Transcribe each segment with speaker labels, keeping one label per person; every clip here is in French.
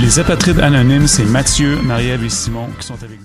Speaker 1: Les apatrides anonymes, c'est Mathieu, Marie-Ève et Simon qui sont avec vous.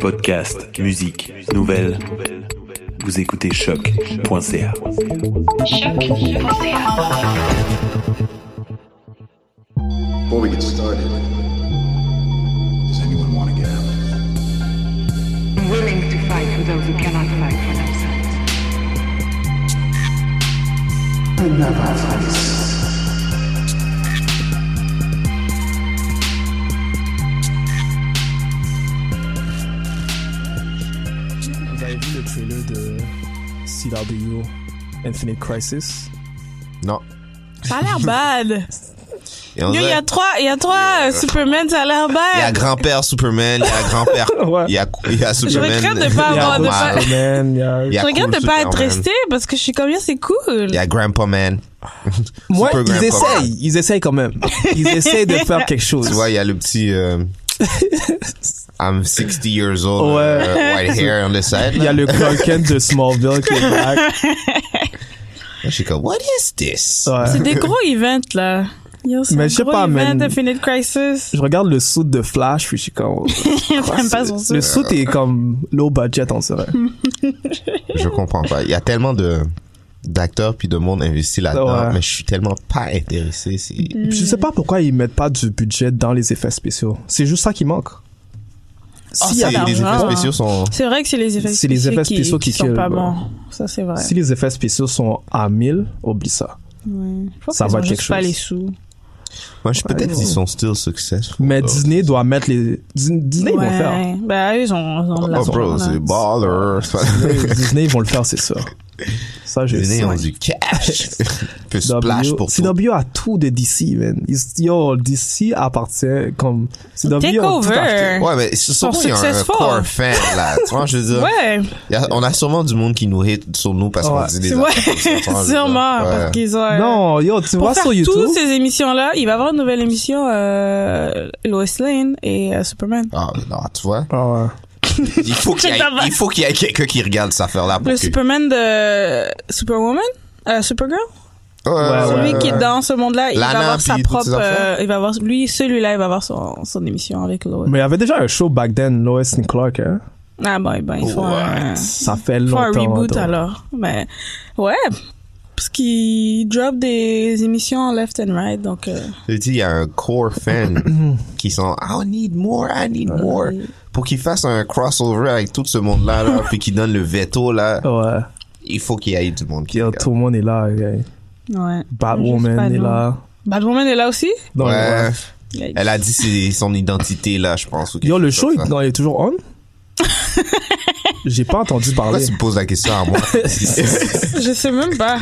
Speaker 2: Podcast, Podcast musique, musique, nouvelles. nouvelles. Vous écoutez choc.ca. Before we get started, does anyone want to get out?
Speaker 3: I'm willing to fight for those who cannot fight for themselves. Another fight.
Speaker 4: le trailer de CW Infinite Crisis?
Speaker 5: Non.
Speaker 6: Ça a l'air bad. Il y, y a trois, il y a trois euh, Superman, ça a l'air bad.
Speaker 5: Il y a grand-père Superman, il y a grand-père, il ouais. y, a, y a Superman.
Speaker 6: Je regrette de pas avoir de pas. Je regrette de pas être resté parce que je suis comme bien, c'est cool.
Speaker 5: Il y a Grandpa Man.
Speaker 4: Moi, ouais, ils essayent, man. ils essayent quand même. Ils essayent de faire quelque chose.
Speaker 5: Tu vois, il y a le petit. Euh... I'm 60 years old, ouais. uh, white hair on the side.
Speaker 4: Il y a le Clark de Smallville qui est black.
Speaker 5: Je suis comme, what is this?
Speaker 6: Ouais. C'est des gros events, là. Yo, mais je sais pas, mais. Crisis.
Speaker 4: Je regarde le suit de Flash, puis je suis comme.
Speaker 6: J'aime pas son Hmm. suit.
Speaker 4: Le suit est comme low budget, on dirait.
Speaker 5: je comprends pas. Il y a tellement de d'acteurs puis de monde investi là-dedans, ouais. mais je suis tellement pas intéressé.
Speaker 4: Mm. Je sais pas pourquoi ils mettent pas du budget dans les effets spéciaux. C'est juste ça qui manque.
Speaker 5: Oh, si les effets spéciaux sont.
Speaker 6: C'est vrai que c'est les effets spéciaux.
Speaker 4: C'est les effets spéciaux qui, qui, qui
Speaker 6: sont kill, pas bons. Ça, c'est vrai.
Speaker 4: Si les effets spéciaux sont à 1000, oublie ça.
Speaker 6: Ouais. Je pense ça va être quelque chose. pas les sous.
Speaker 5: Moi, je ouais, peut-être qu'ils sont still successful.
Speaker 4: Mais though. Disney doit mettre les. Disney,
Speaker 6: ouais.
Speaker 4: vont le faire.
Speaker 6: Ben, eux, ils ont, ils ont
Speaker 5: la Oh, bro,
Speaker 6: hein.
Speaker 5: c'est baller.
Speaker 4: Disney, Disney, ils vont le faire, c'est sûr. Ça, je
Speaker 5: Disney ont du cash. Peu splash pour
Speaker 4: CW tout. a tout de DC, man. Yo, DC appartient comme. CW
Speaker 6: Take
Speaker 4: a
Speaker 6: over. Tout
Speaker 5: ouais, mais surtout, c'est un core fan, là. tu vois, je veux dire.
Speaker 6: Ouais.
Speaker 5: A, on a sûrement du monde qui nous hate sur nous parce qu'on dit des
Speaker 6: Ouais, sûrement. Parce qu'ils ont. euh,
Speaker 4: Non, yo, tu vois sur YouTube.
Speaker 6: toutes ces émissions-là, il va y avoir une nouvelle émission, euh, Lois Lane et euh, Superman.
Speaker 5: Ah, non, tu vois.
Speaker 4: Ah ouais.
Speaker 5: il faut qu'il y ait, qu ait quelqu'un qui regarde cette affaire-là.
Speaker 6: Le que... Superman de Superwoman? Euh, Supergirl?
Speaker 5: Ouais, ouais,
Speaker 6: celui qui est dans ce monde-là, il va avoir sa propre, euh, il va avoir, lui, celui-là, il va avoir son, son émission avec Lois.
Speaker 4: Mais il y avait déjà un show back then, Lois and Clark, hein?
Speaker 6: Ah, ben, ben, il faut un,
Speaker 4: ça fait longtemps.
Speaker 6: un reboot, alors. Mais, ouais parce qu'ils drop des émissions left and right, donc. Euh...
Speaker 5: Je dis, il y a un core fan qui sont I need more, I need ouais. more, pour qu'ils fassent un crossover avec tout ce monde-là, là, puis qu'ils donnent le veto là.
Speaker 4: Ouais.
Speaker 5: Il faut qu'il y ait du monde. Qui
Speaker 4: Yo, tout le monde est là. Okay.
Speaker 6: Ouais.
Speaker 4: Batwoman est non. là.
Speaker 6: Batwoman est là aussi.
Speaker 5: Donc, ouais. ouais. Elle a dit son identité là, je pense.
Speaker 4: Yo, le show, il, non, il est toujours on. J'ai pas entendu parler.
Speaker 5: Pourquoi tu me poses la question à moi?
Speaker 6: je sais même pas.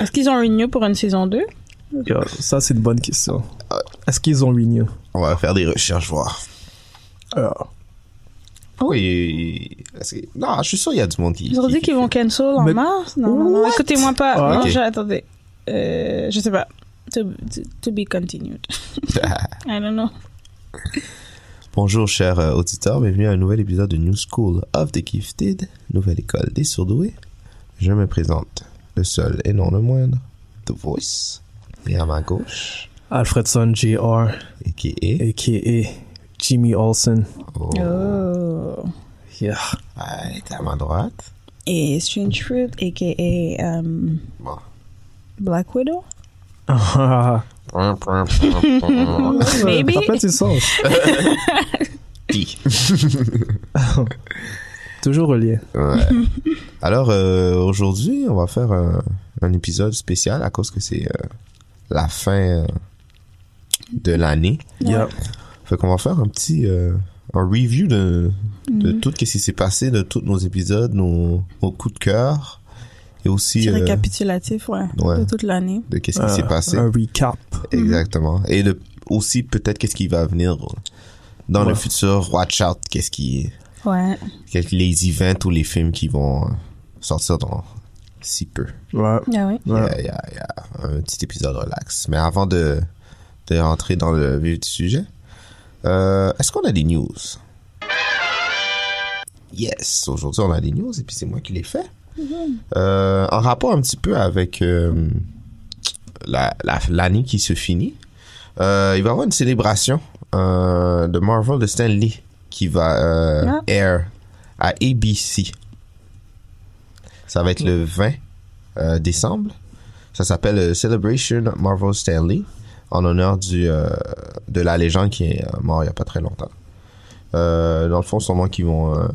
Speaker 6: Est-ce qu'ils ont renew pour une saison 2?
Speaker 4: Yeah, ça, c'est une bonne question. Est-ce qu'ils ont renew?
Speaker 5: On va faire des recherches, voir.
Speaker 4: Uh.
Speaker 5: Oui. Non, je suis sûr qu'il y a du monde qui.
Speaker 6: Ils ont dit qu'ils vont cancel en Mais... mars? Non, non, non. Écoutez-moi pas. Ah, non, okay. attendez. Euh, je sais pas. To, to, to be continued. I don't know.
Speaker 5: Bonjour chers euh, auditeurs, bienvenue à un nouvel épisode de New School of the Gifted, nouvelle école des surdoués. Je me présente, le seul et non le moindre, The Voice. Et à ma gauche,
Speaker 4: Alfredson Jr.
Speaker 5: A.K.A.
Speaker 4: A.K.A. Jimmy Olsen.
Speaker 6: Oh. oh.
Speaker 4: Yeah.
Speaker 5: Right, à ma droite.
Speaker 6: Et Strange Fruit, A.K.A. Um, bon. Black Widow.
Speaker 4: Maybe. Ça fait du sens. Toujours relié.
Speaker 5: Ouais. Alors euh, aujourd'hui, on va faire un, un, épisode spécial à cause que c'est euh, la fin euh, de l'année.
Speaker 4: Yeah.
Speaker 5: Fait qu'on va faire un petit euh, un review de, de mm -hmm. tout ce qui s'est passé, de tous nos épisodes, nos, nos coups de cœur et aussi
Speaker 6: euh, récapitulatif ouais, ouais, de toute l'année
Speaker 4: Ah,
Speaker 5: de qu'est-ce qui s'est passé
Speaker 4: un Euh, recap
Speaker 5: exactement et de aussi peut-être qu'est-ce qui va venir dans le futur. Watch out, qu'est-ce qui,
Speaker 6: Ouais.
Speaker 5: quels- les events ou les films qui vont euh, sortir dans si peu.
Speaker 4: Ouais.
Speaker 6: Ah oui.
Speaker 5: Il y
Speaker 4: Ouais.
Speaker 5: a- il y, a, il y a un petit épisode relax. Mais avant de, de rentrer dans le vif du sujet, euh, est-ce qu'on a des news? Yes, aujourd'hui on a des news et puis c'est moi qui les fais. Euh, en rapport un petit peu avec euh, la- la- l'année qui se finit, euh, il va y avoir une célébration euh, de Marvel de Stan Lee qui va euh,
Speaker 6: Ah.
Speaker 5: air à ABC. Ça va être le 20 euh, décembre. Ça s'appelle euh, Celebration Marvel Stanley en honneur du, euh, de la légende qui est euh, mort il n'y a pas très longtemps. Euh, dans le fond, sûrement qu'ils vont euh,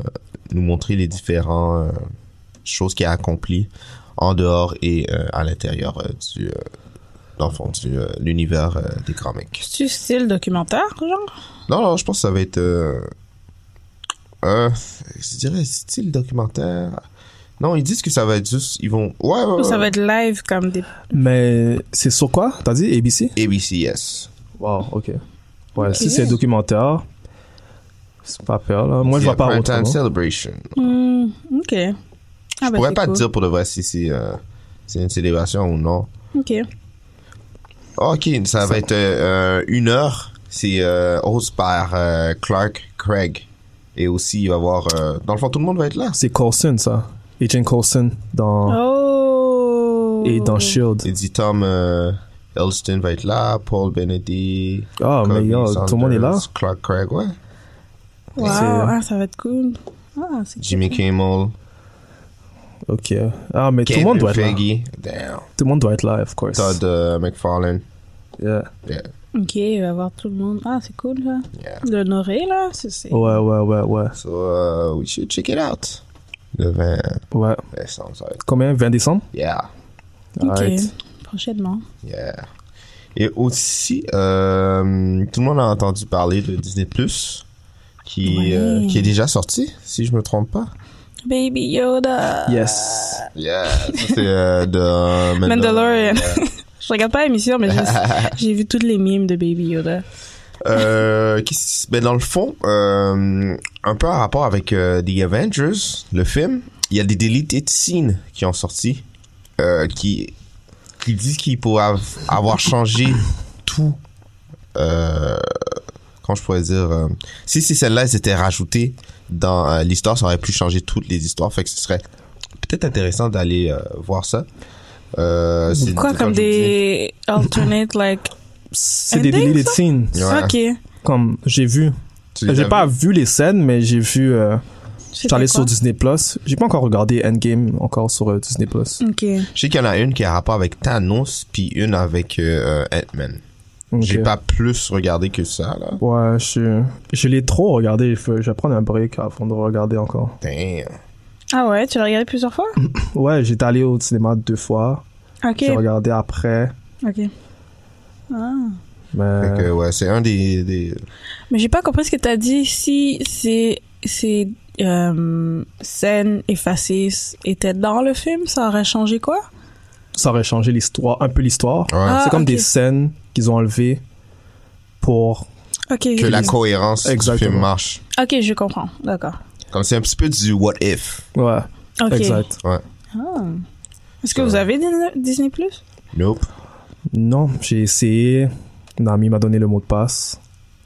Speaker 5: nous montrer les différentes choses qu'il a accomplies en dehors et euh, à l'intérieur euh, du, euh, dans le fond, du, euh, l'univers euh, des comics.
Speaker 6: C'est style documentaire, genre?
Speaker 5: Non, non, je pense que ça va être. Euh, euh, je dirais style documentaire. Non, ils disent que ça va être juste. Ils vont. Ouais, ouais,
Speaker 6: Ou ça
Speaker 5: ouais.
Speaker 6: va être live comme des.
Speaker 4: Mais c'est sur quoi T'as dit ABC
Speaker 5: ABC, yes.
Speaker 4: Wow, ok. Ouais, si c'est documentaire, c'est pas peur là. Moi, je
Speaker 5: C'est
Speaker 4: vois pas
Speaker 5: un
Speaker 4: autrement.
Speaker 5: Time Celebration.
Speaker 6: Hmm, ok. Ah,
Speaker 5: je
Speaker 6: bah,
Speaker 5: pourrais
Speaker 6: c'est
Speaker 5: pas
Speaker 6: cool.
Speaker 5: te dire pour de vrai si c'est euh, c'est une célébration ou non.
Speaker 6: Ok.
Speaker 5: Ok, ça va être euh, euh, une heure. C'est euh, hosté par euh, Clark Craig. Et aussi, il va y avoir. euh, dans le fond, tout le monde va être là.
Speaker 4: C'est Coulson, ça. Agent Coulson dans
Speaker 6: Oh!
Speaker 4: et dans Shield.
Speaker 5: Il dit Tom euh, Elston va être là, Paul Benedict.
Speaker 4: Ah, mais
Speaker 5: Colby
Speaker 4: yo, tout le monde est là.
Speaker 5: Sanders, Clark Craig, ouais.
Speaker 6: Wow,
Speaker 4: C'est- euh,
Speaker 6: ah, ça va être cool. Ah, c'est
Speaker 5: Jimmy Kimmel.
Speaker 4: Ok. Ah, mais tout le monde doit être là. Tout
Speaker 5: Feige. Damn.
Speaker 4: le monde doit être là, of course.
Speaker 5: Todd euh, McFarlane.
Speaker 4: Yeah.
Speaker 5: Yeah.
Speaker 6: cool. Ok, il va y avoir tout le monde. Ah, c'est cool, là.
Speaker 5: Yeah.
Speaker 6: L'honoré, là. C'est, c'est...
Speaker 4: Ouais, ouais, ouais, ouais.
Speaker 5: So, uh, we should check it out. Le 20
Speaker 4: Ouais.
Speaker 5: décembre, ça va être.
Speaker 4: Combien 20 décembre
Speaker 5: Yeah.
Speaker 6: ok.
Speaker 4: Alright.
Speaker 6: Prochainement.
Speaker 5: Yeah. Et aussi, euh, tout le monde a entendu parler de Disney Plus, qui,
Speaker 6: Ouais.
Speaker 5: euh, qui est déjà sorti, si je me trompe pas.
Speaker 6: Baby Yoda!
Speaker 4: Yes.
Speaker 5: Yeah, ça, c'est euh, de Mandal-
Speaker 6: Mandalorian. Je regarde pas l'émission, mais j'ai, j'ai vu toutes les mimes de Baby Yoda.
Speaker 5: Euh, qui s- ben dans le fond, euh, un peu en rapport avec euh, The Avengers, le film, il y a des deleted scenes qui ont sorti, euh, qui, qui disent qu'ils pourraient av- avoir changé tout. Euh, comment je pourrais dire euh, Si, si celle-là, elles étaient rajoutées dans euh, l'histoire, ça aurait pu changer toutes les histoires. Fait que ce serait peut-être intéressant d'aller euh, voir ça. Euh, c'est-
Speaker 6: Quoi,
Speaker 5: c'est
Speaker 6: comme
Speaker 5: je dis.
Speaker 6: des alternate, like.
Speaker 4: C'est des
Speaker 6: Ending,
Speaker 4: deleted
Speaker 6: ça?
Speaker 4: scenes.
Speaker 5: Ouais.
Speaker 6: Ok.
Speaker 4: Comme j'ai vu.
Speaker 5: Tu les
Speaker 4: J'ai
Speaker 5: as
Speaker 4: pas
Speaker 5: vus?
Speaker 4: vu les scènes, mais j'ai vu. euh,
Speaker 6: C'était
Speaker 4: J'allais sur
Speaker 6: quoi?
Speaker 4: Disney Plus. J'ai pas encore regardé Endgame encore sur euh, Disney Plus.
Speaker 6: Ok.
Speaker 5: Je sais qu'il y en a une qui a rapport avec Thanos, puis une avec euh, euh, Ant-Man. J'ai pas plus regardé que ça, là.
Speaker 4: Ouais, je, je l'ai trop regardé. Je vais prendre un break avant de regarder encore.
Speaker 5: Damn.
Speaker 6: Ah ouais, tu l'as regardé plusieurs fois?
Speaker 4: Ouais, j'étais allé au cinéma deux fois.
Speaker 6: Ok.
Speaker 4: J'ai regardé après.
Speaker 6: Ok. Ah.
Speaker 4: Mais...
Speaker 5: Fait que, ouais, c'est un des... des...
Speaker 6: Mais j'ai pas compris ce que t'as dit. Si ces, ces euh, scènes effacées étaient dans le film, ça aurait changé quoi?
Speaker 4: Ça aurait changé l'histoire, un peu l'histoire.
Speaker 5: Ouais.
Speaker 6: Ah,
Speaker 4: C'est comme
Speaker 6: ok.
Speaker 4: des scènes qu'ils ont enlevées pour.
Speaker 6: Ok.
Speaker 5: que la cohérence du
Speaker 4: Exactement.
Speaker 5: film marche.
Speaker 6: ok, je comprends. D'accord.
Speaker 5: Comme c'est un petit peu du what if.
Speaker 4: Ouais,
Speaker 6: Ok.
Speaker 4: exact.
Speaker 6: Ah. Est-ce que vous avez Disney- Disney Plus?
Speaker 5: Nope.
Speaker 4: Non, j'ai essayé. Un ami m'a donné le mot de passe.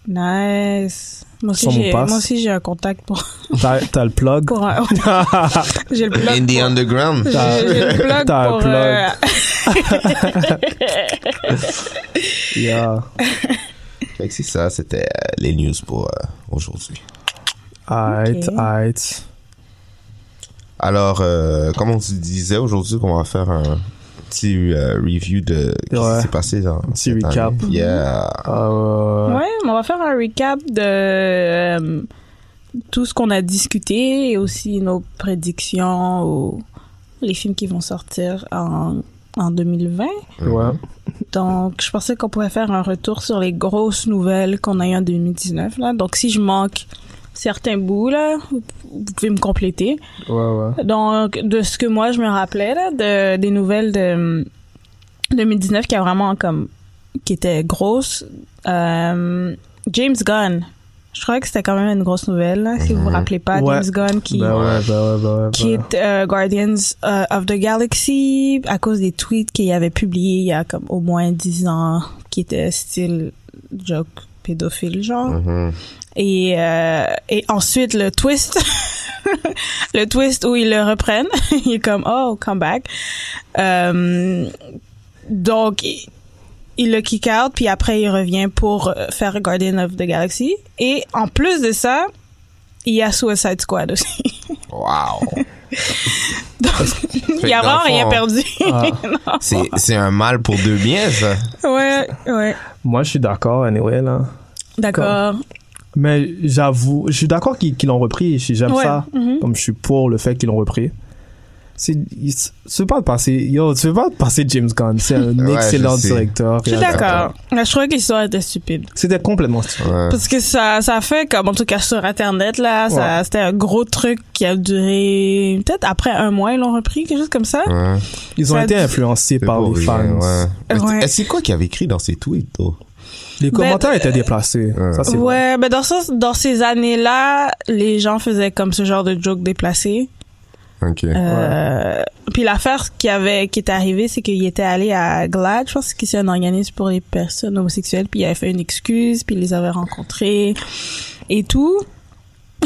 Speaker 6: Nice. Moi aussi,
Speaker 4: Sans mon
Speaker 6: j'ai,
Speaker 4: passe.
Speaker 6: moi aussi, j'ai un contact pour,
Speaker 4: T'as t'as le plug.
Speaker 6: pour un- j'ai le blog.
Speaker 5: In the
Speaker 6: pour-
Speaker 5: underground.
Speaker 6: j'ai, j'ai le blog
Speaker 4: T'as un
Speaker 6: pour,
Speaker 4: plug.
Speaker 6: euh,
Speaker 4: Yeah.
Speaker 5: Fait que c'est ça, c'était euh, les news pour euh, aujourd'hui.
Speaker 4: Aight,
Speaker 6: Ok.
Speaker 4: aight.
Speaker 5: Alors, euh, comme on se disait aujourd'hui, qu'on va faire un petit euh, review de ce
Speaker 4: Ouais.
Speaker 5: qui s'est passé dans
Speaker 4: Petit
Speaker 5: cette
Speaker 4: recap.
Speaker 5: année. Yeah.
Speaker 4: Euh,
Speaker 6: Ouais, mais on va faire un recap de euh, tout ce qu'on a discuté et aussi nos prédictions ou les films qui vont sortir en, en 2020.
Speaker 4: ouais.
Speaker 6: Donc, je pensais qu'on pourrait faire un retour sur les grosses nouvelles qu'on a eues en 2019. Là. Donc, si je manque certains bouts, là, vous vous pouvez me compléter.
Speaker 4: Ouais, ouais.
Speaker 6: Donc, de ce que moi je me rappelais, là, de, des nouvelles de hum, 2019 qui a vraiment comme qui était grosse, euh, James Gunn. Je crois que c'était quand même une grosse nouvelle, là, si vous vous rappelez pas.
Speaker 4: Ouais.
Speaker 6: James Gunn qui,
Speaker 4: Ben ouais, ben ouais, ben ouais. ben
Speaker 6: qui
Speaker 4: ouais.
Speaker 6: est euh, Guardians euh, of the Galaxy à cause des tweets qu'il avait publiés il y a comme au moins 10 ans, qui était style joke pédophile, genre.
Speaker 5: Mhm.
Speaker 6: Et, euh, et ensuite, le twist, le twist où ils le reprennent, il est comme, oh, come back. Euh, donc, il, il le kick out, puis après, il revient pour euh, faire Guardian of the Galaxy. Et en plus de ça, il y a Suicide Squad aussi.
Speaker 5: Wow.
Speaker 6: Donc, il y a
Speaker 5: que dans
Speaker 6: vraiment
Speaker 5: le fond,
Speaker 6: rien perdu.
Speaker 5: C'est c'est un mal pour deux biens, ça.
Speaker 6: ouais, ouais.
Speaker 4: Moi, je suis d'accord, anyway, là.
Speaker 6: D'accord.
Speaker 4: Mais j'avoue, je suis d'accord qu'ils qu'ils l'ont repris. je- J'aime
Speaker 6: Ouais,
Speaker 4: ça.
Speaker 6: mhm.
Speaker 4: Comme je suis pour le fait qu'ils l'ont repris. C'est, il- tu veux pas te passer, yo, tu veux pas te passer James Gunn. C'est un
Speaker 5: Ouais, je
Speaker 4: excellent
Speaker 5: sais.
Speaker 4: directeur.
Speaker 6: Je suis d'accord. Mais Je crois que l'histoire était stupide.
Speaker 4: C'était complètement stupide.
Speaker 5: Ouais.
Speaker 6: Parce que ça, ça fait comme, en tout cas sur Internet, là, ça, c'était un gros truc qui a duré, peut-être après un mois, ils l'ont repris, quelque chose comme ça.
Speaker 5: Ouais.
Speaker 4: Ils ont
Speaker 6: Ça
Speaker 4: été
Speaker 6: dit-
Speaker 4: influencés
Speaker 5: C'est
Speaker 4: par
Speaker 5: pour
Speaker 4: les
Speaker 5: rien,
Speaker 4: fans.
Speaker 5: ouais. Mais c'est-
Speaker 6: Euh, Ouais.
Speaker 5: C'est quoi qu'il avait écrit dans ses tweets, toi?
Speaker 4: Les
Speaker 6: Ben,
Speaker 4: commentaires
Speaker 6: euh,
Speaker 4: étaient déplacés.
Speaker 5: Ouais.
Speaker 4: Ça, c'est vrai.
Speaker 6: Ouais, mais dans, ce- dans ces années-là, les gens faisaient comme ce genre de joke déplacé.
Speaker 5: Ok.
Speaker 6: Euh, Puis l'affaire qui avait qui était arrivée, c'est qu'il était allé à GLAD, je pense que c'est un organisme pour les personnes homosexuelles, puis il avait fait une excuse, puis il les avait rencontrés et tout.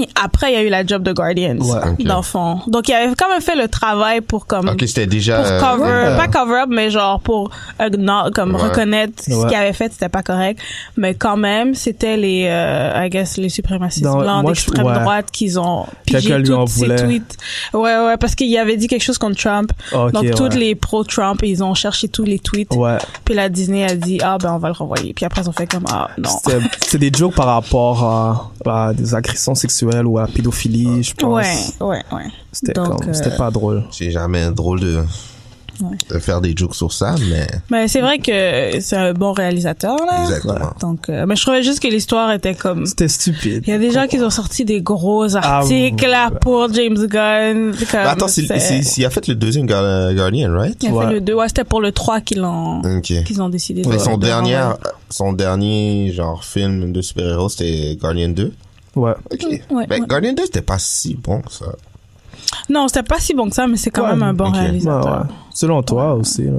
Speaker 6: Et après, il y a eu la job de Guardians,
Speaker 4: Ouais.
Speaker 5: Ok.
Speaker 6: d'enfant. Donc, il avait quand même fait le travail pour comme
Speaker 5: Ok, c'était déjà.
Speaker 6: pour
Speaker 5: euh,
Speaker 6: cover,
Speaker 4: ouais.
Speaker 6: pas cover up, mais genre pour euh, non, comme
Speaker 5: Ouais.
Speaker 6: reconnaître ce
Speaker 4: Ouais.
Speaker 6: qu'il avait fait, c'était pas correct. Mais quand même, c'était les, euh, I guess, les suprémacistes
Speaker 4: Dans-
Speaker 6: blancs
Speaker 4: moi, je-
Speaker 6: d'extrême
Speaker 4: ouais.
Speaker 6: droite qu'ils ont
Speaker 4: Quelqu'un
Speaker 6: pigé
Speaker 4: lui en
Speaker 6: tous ces
Speaker 4: voulait.
Speaker 6: tweets. Ouais, ouais, parce qu'il avait dit quelque chose contre Trump.
Speaker 4: Ok,
Speaker 6: Donc,
Speaker 4: ouais.
Speaker 6: toutes les pro-Trump, ils ont cherché tous les tweets.
Speaker 4: Ouais.
Speaker 6: Puis la Disney a dit, ah, ben, on va le renvoyer. Puis après, ils ont fait comme, ah, non.
Speaker 4: C'était, c'est des jokes par rapport à, à des agressions sexuelles ou à la pédophilie, je pense.
Speaker 6: Ouais, ouais, ouais.
Speaker 4: C'était
Speaker 6: Donc,
Speaker 4: comme,
Speaker 6: euh,
Speaker 4: c'était pas drôle.
Speaker 5: C'est jamais drôle de,
Speaker 6: Ouais.
Speaker 5: de faire des jokes sur ça, mais.
Speaker 6: Mais c'est vrai que c'est un bon réalisateur, là.
Speaker 5: Exactement.
Speaker 6: Donc, Ah. euh, mais je trouvais juste que l'histoire était comme,
Speaker 4: C'était stupide.
Speaker 6: Il y a des gens qui ont sorti des gros
Speaker 4: Ah,
Speaker 6: articles là
Speaker 4: ouais.
Speaker 6: pour James Gunn. C'est comme,
Speaker 5: Bah, attends, c'est, c'est- c'est- il a fait le deuxième Gar- Guardian, right?
Speaker 6: Il a
Speaker 4: Ouais.
Speaker 6: fait le 2. Ouais, c'était pour le 3 qu'ils ont,
Speaker 5: Ok.
Speaker 6: qu'ils ont décidé de
Speaker 5: Fait que son
Speaker 6: de
Speaker 5: dernier,
Speaker 6: renvoyer.
Speaker 5: son dernier genre film de super-héros, c'était Guardian 2.
Speaker 4: Ouais.
Speaker 5: Ok.
Speaker 6: ouais,
Speaker 5: ben,
Speaker 6: ouais.
Speaker 5: Guardian 2, c'était pas si bon, que ça.
Speaker 6: Non, c'était pas si bon que ça, mais c'est quand
Speaker 4: Ouais.
Speaker 6: même un bon
Speaker 5: Ok.
Speaker 6: réalisateur.
Speaker 4: Ouais, ouais. Selon toi aussi, là.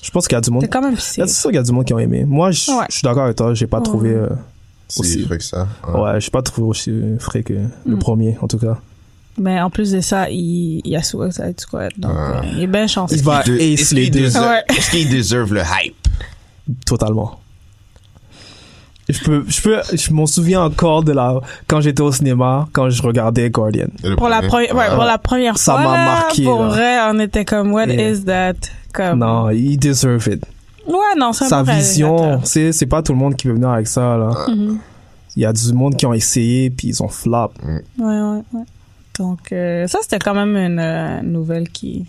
Speaker 4: Je pense qu'il y a du monde.
Speaker 6: C'était quand même
Speaker 4: Il y
Speaker 6: pire.
Speaker 4: a- C'est sûr qu'il y a du monde qui ont aimé. Moi, je
Speaker 6: Ouais.
Speaker 4: je suis d'accord avec toi. J'ai pas
Speaker 6: Ouais.
Speaker 4: trouvé. euh,
Speaker 5: Si
Speaker 4: Aussi.
Speaker 5: frais que ça. hein. Ouais.
Speaker 4: ouais, j'ai pas trouvé aussi euh, frais que le
Speaker 6: Mm.
Speaker 4: premier, en tout cas.
Speaker 6: Mais en plus de ça, il, il a Suicide Squad. Donc,
Speaker 4: Ah.
Speaker 6: euh, il est bien chanceux.
Speaker 4: Il va
Speaker 5: Est-ce qu'il
Speaker 4: ace
Speaker 5: est-ce
Speaker 4: les
Speaker 5: qu'il
Speaker 4: deux.
Speaker 5: déserve-
Speaker 6: Ouais.
Speaker 5: Est-ce qu'il déserve le hype?
Speaker 4: Totalement. Je peux, je peux, je m'en souviens encore de la, quand j'étais au cinéma, quand je regardais Guardian.
Speaker 5: Le
Speaker 6: Pour la,
Speaker 5: premier.
Speaker 6: première ouais, pour la première
Speaker 4: Ça
Speaker 6: fois,
Speaker 4: m'a
Speaker 6: là,
Speaker 4: marqué,
Speaker 6: Pour
Speaker 4: là.
Speaker 6: vrai, on était comme, what
Speaker 4: Yeah.
Speaker 6: is that? Comme...
Speaker 4: Non, il deserve it.
Speaker 6: Ouais, non, c'est un
Speaker 4: Sa
Speaker 6: Ah bon
Speaker 4: vision,
Speaker 6: réalisateur. Mhm.
Speaker 4: c'est, c'est pas tout le monde qui peut venir avec ça, là. Il y a du monde qui ont essayé, puis ils ont flop.
Speaker 6: Ouais, ouais, ouais. Donc, euh, ça, c'était quand même une euh, nouvelle qui,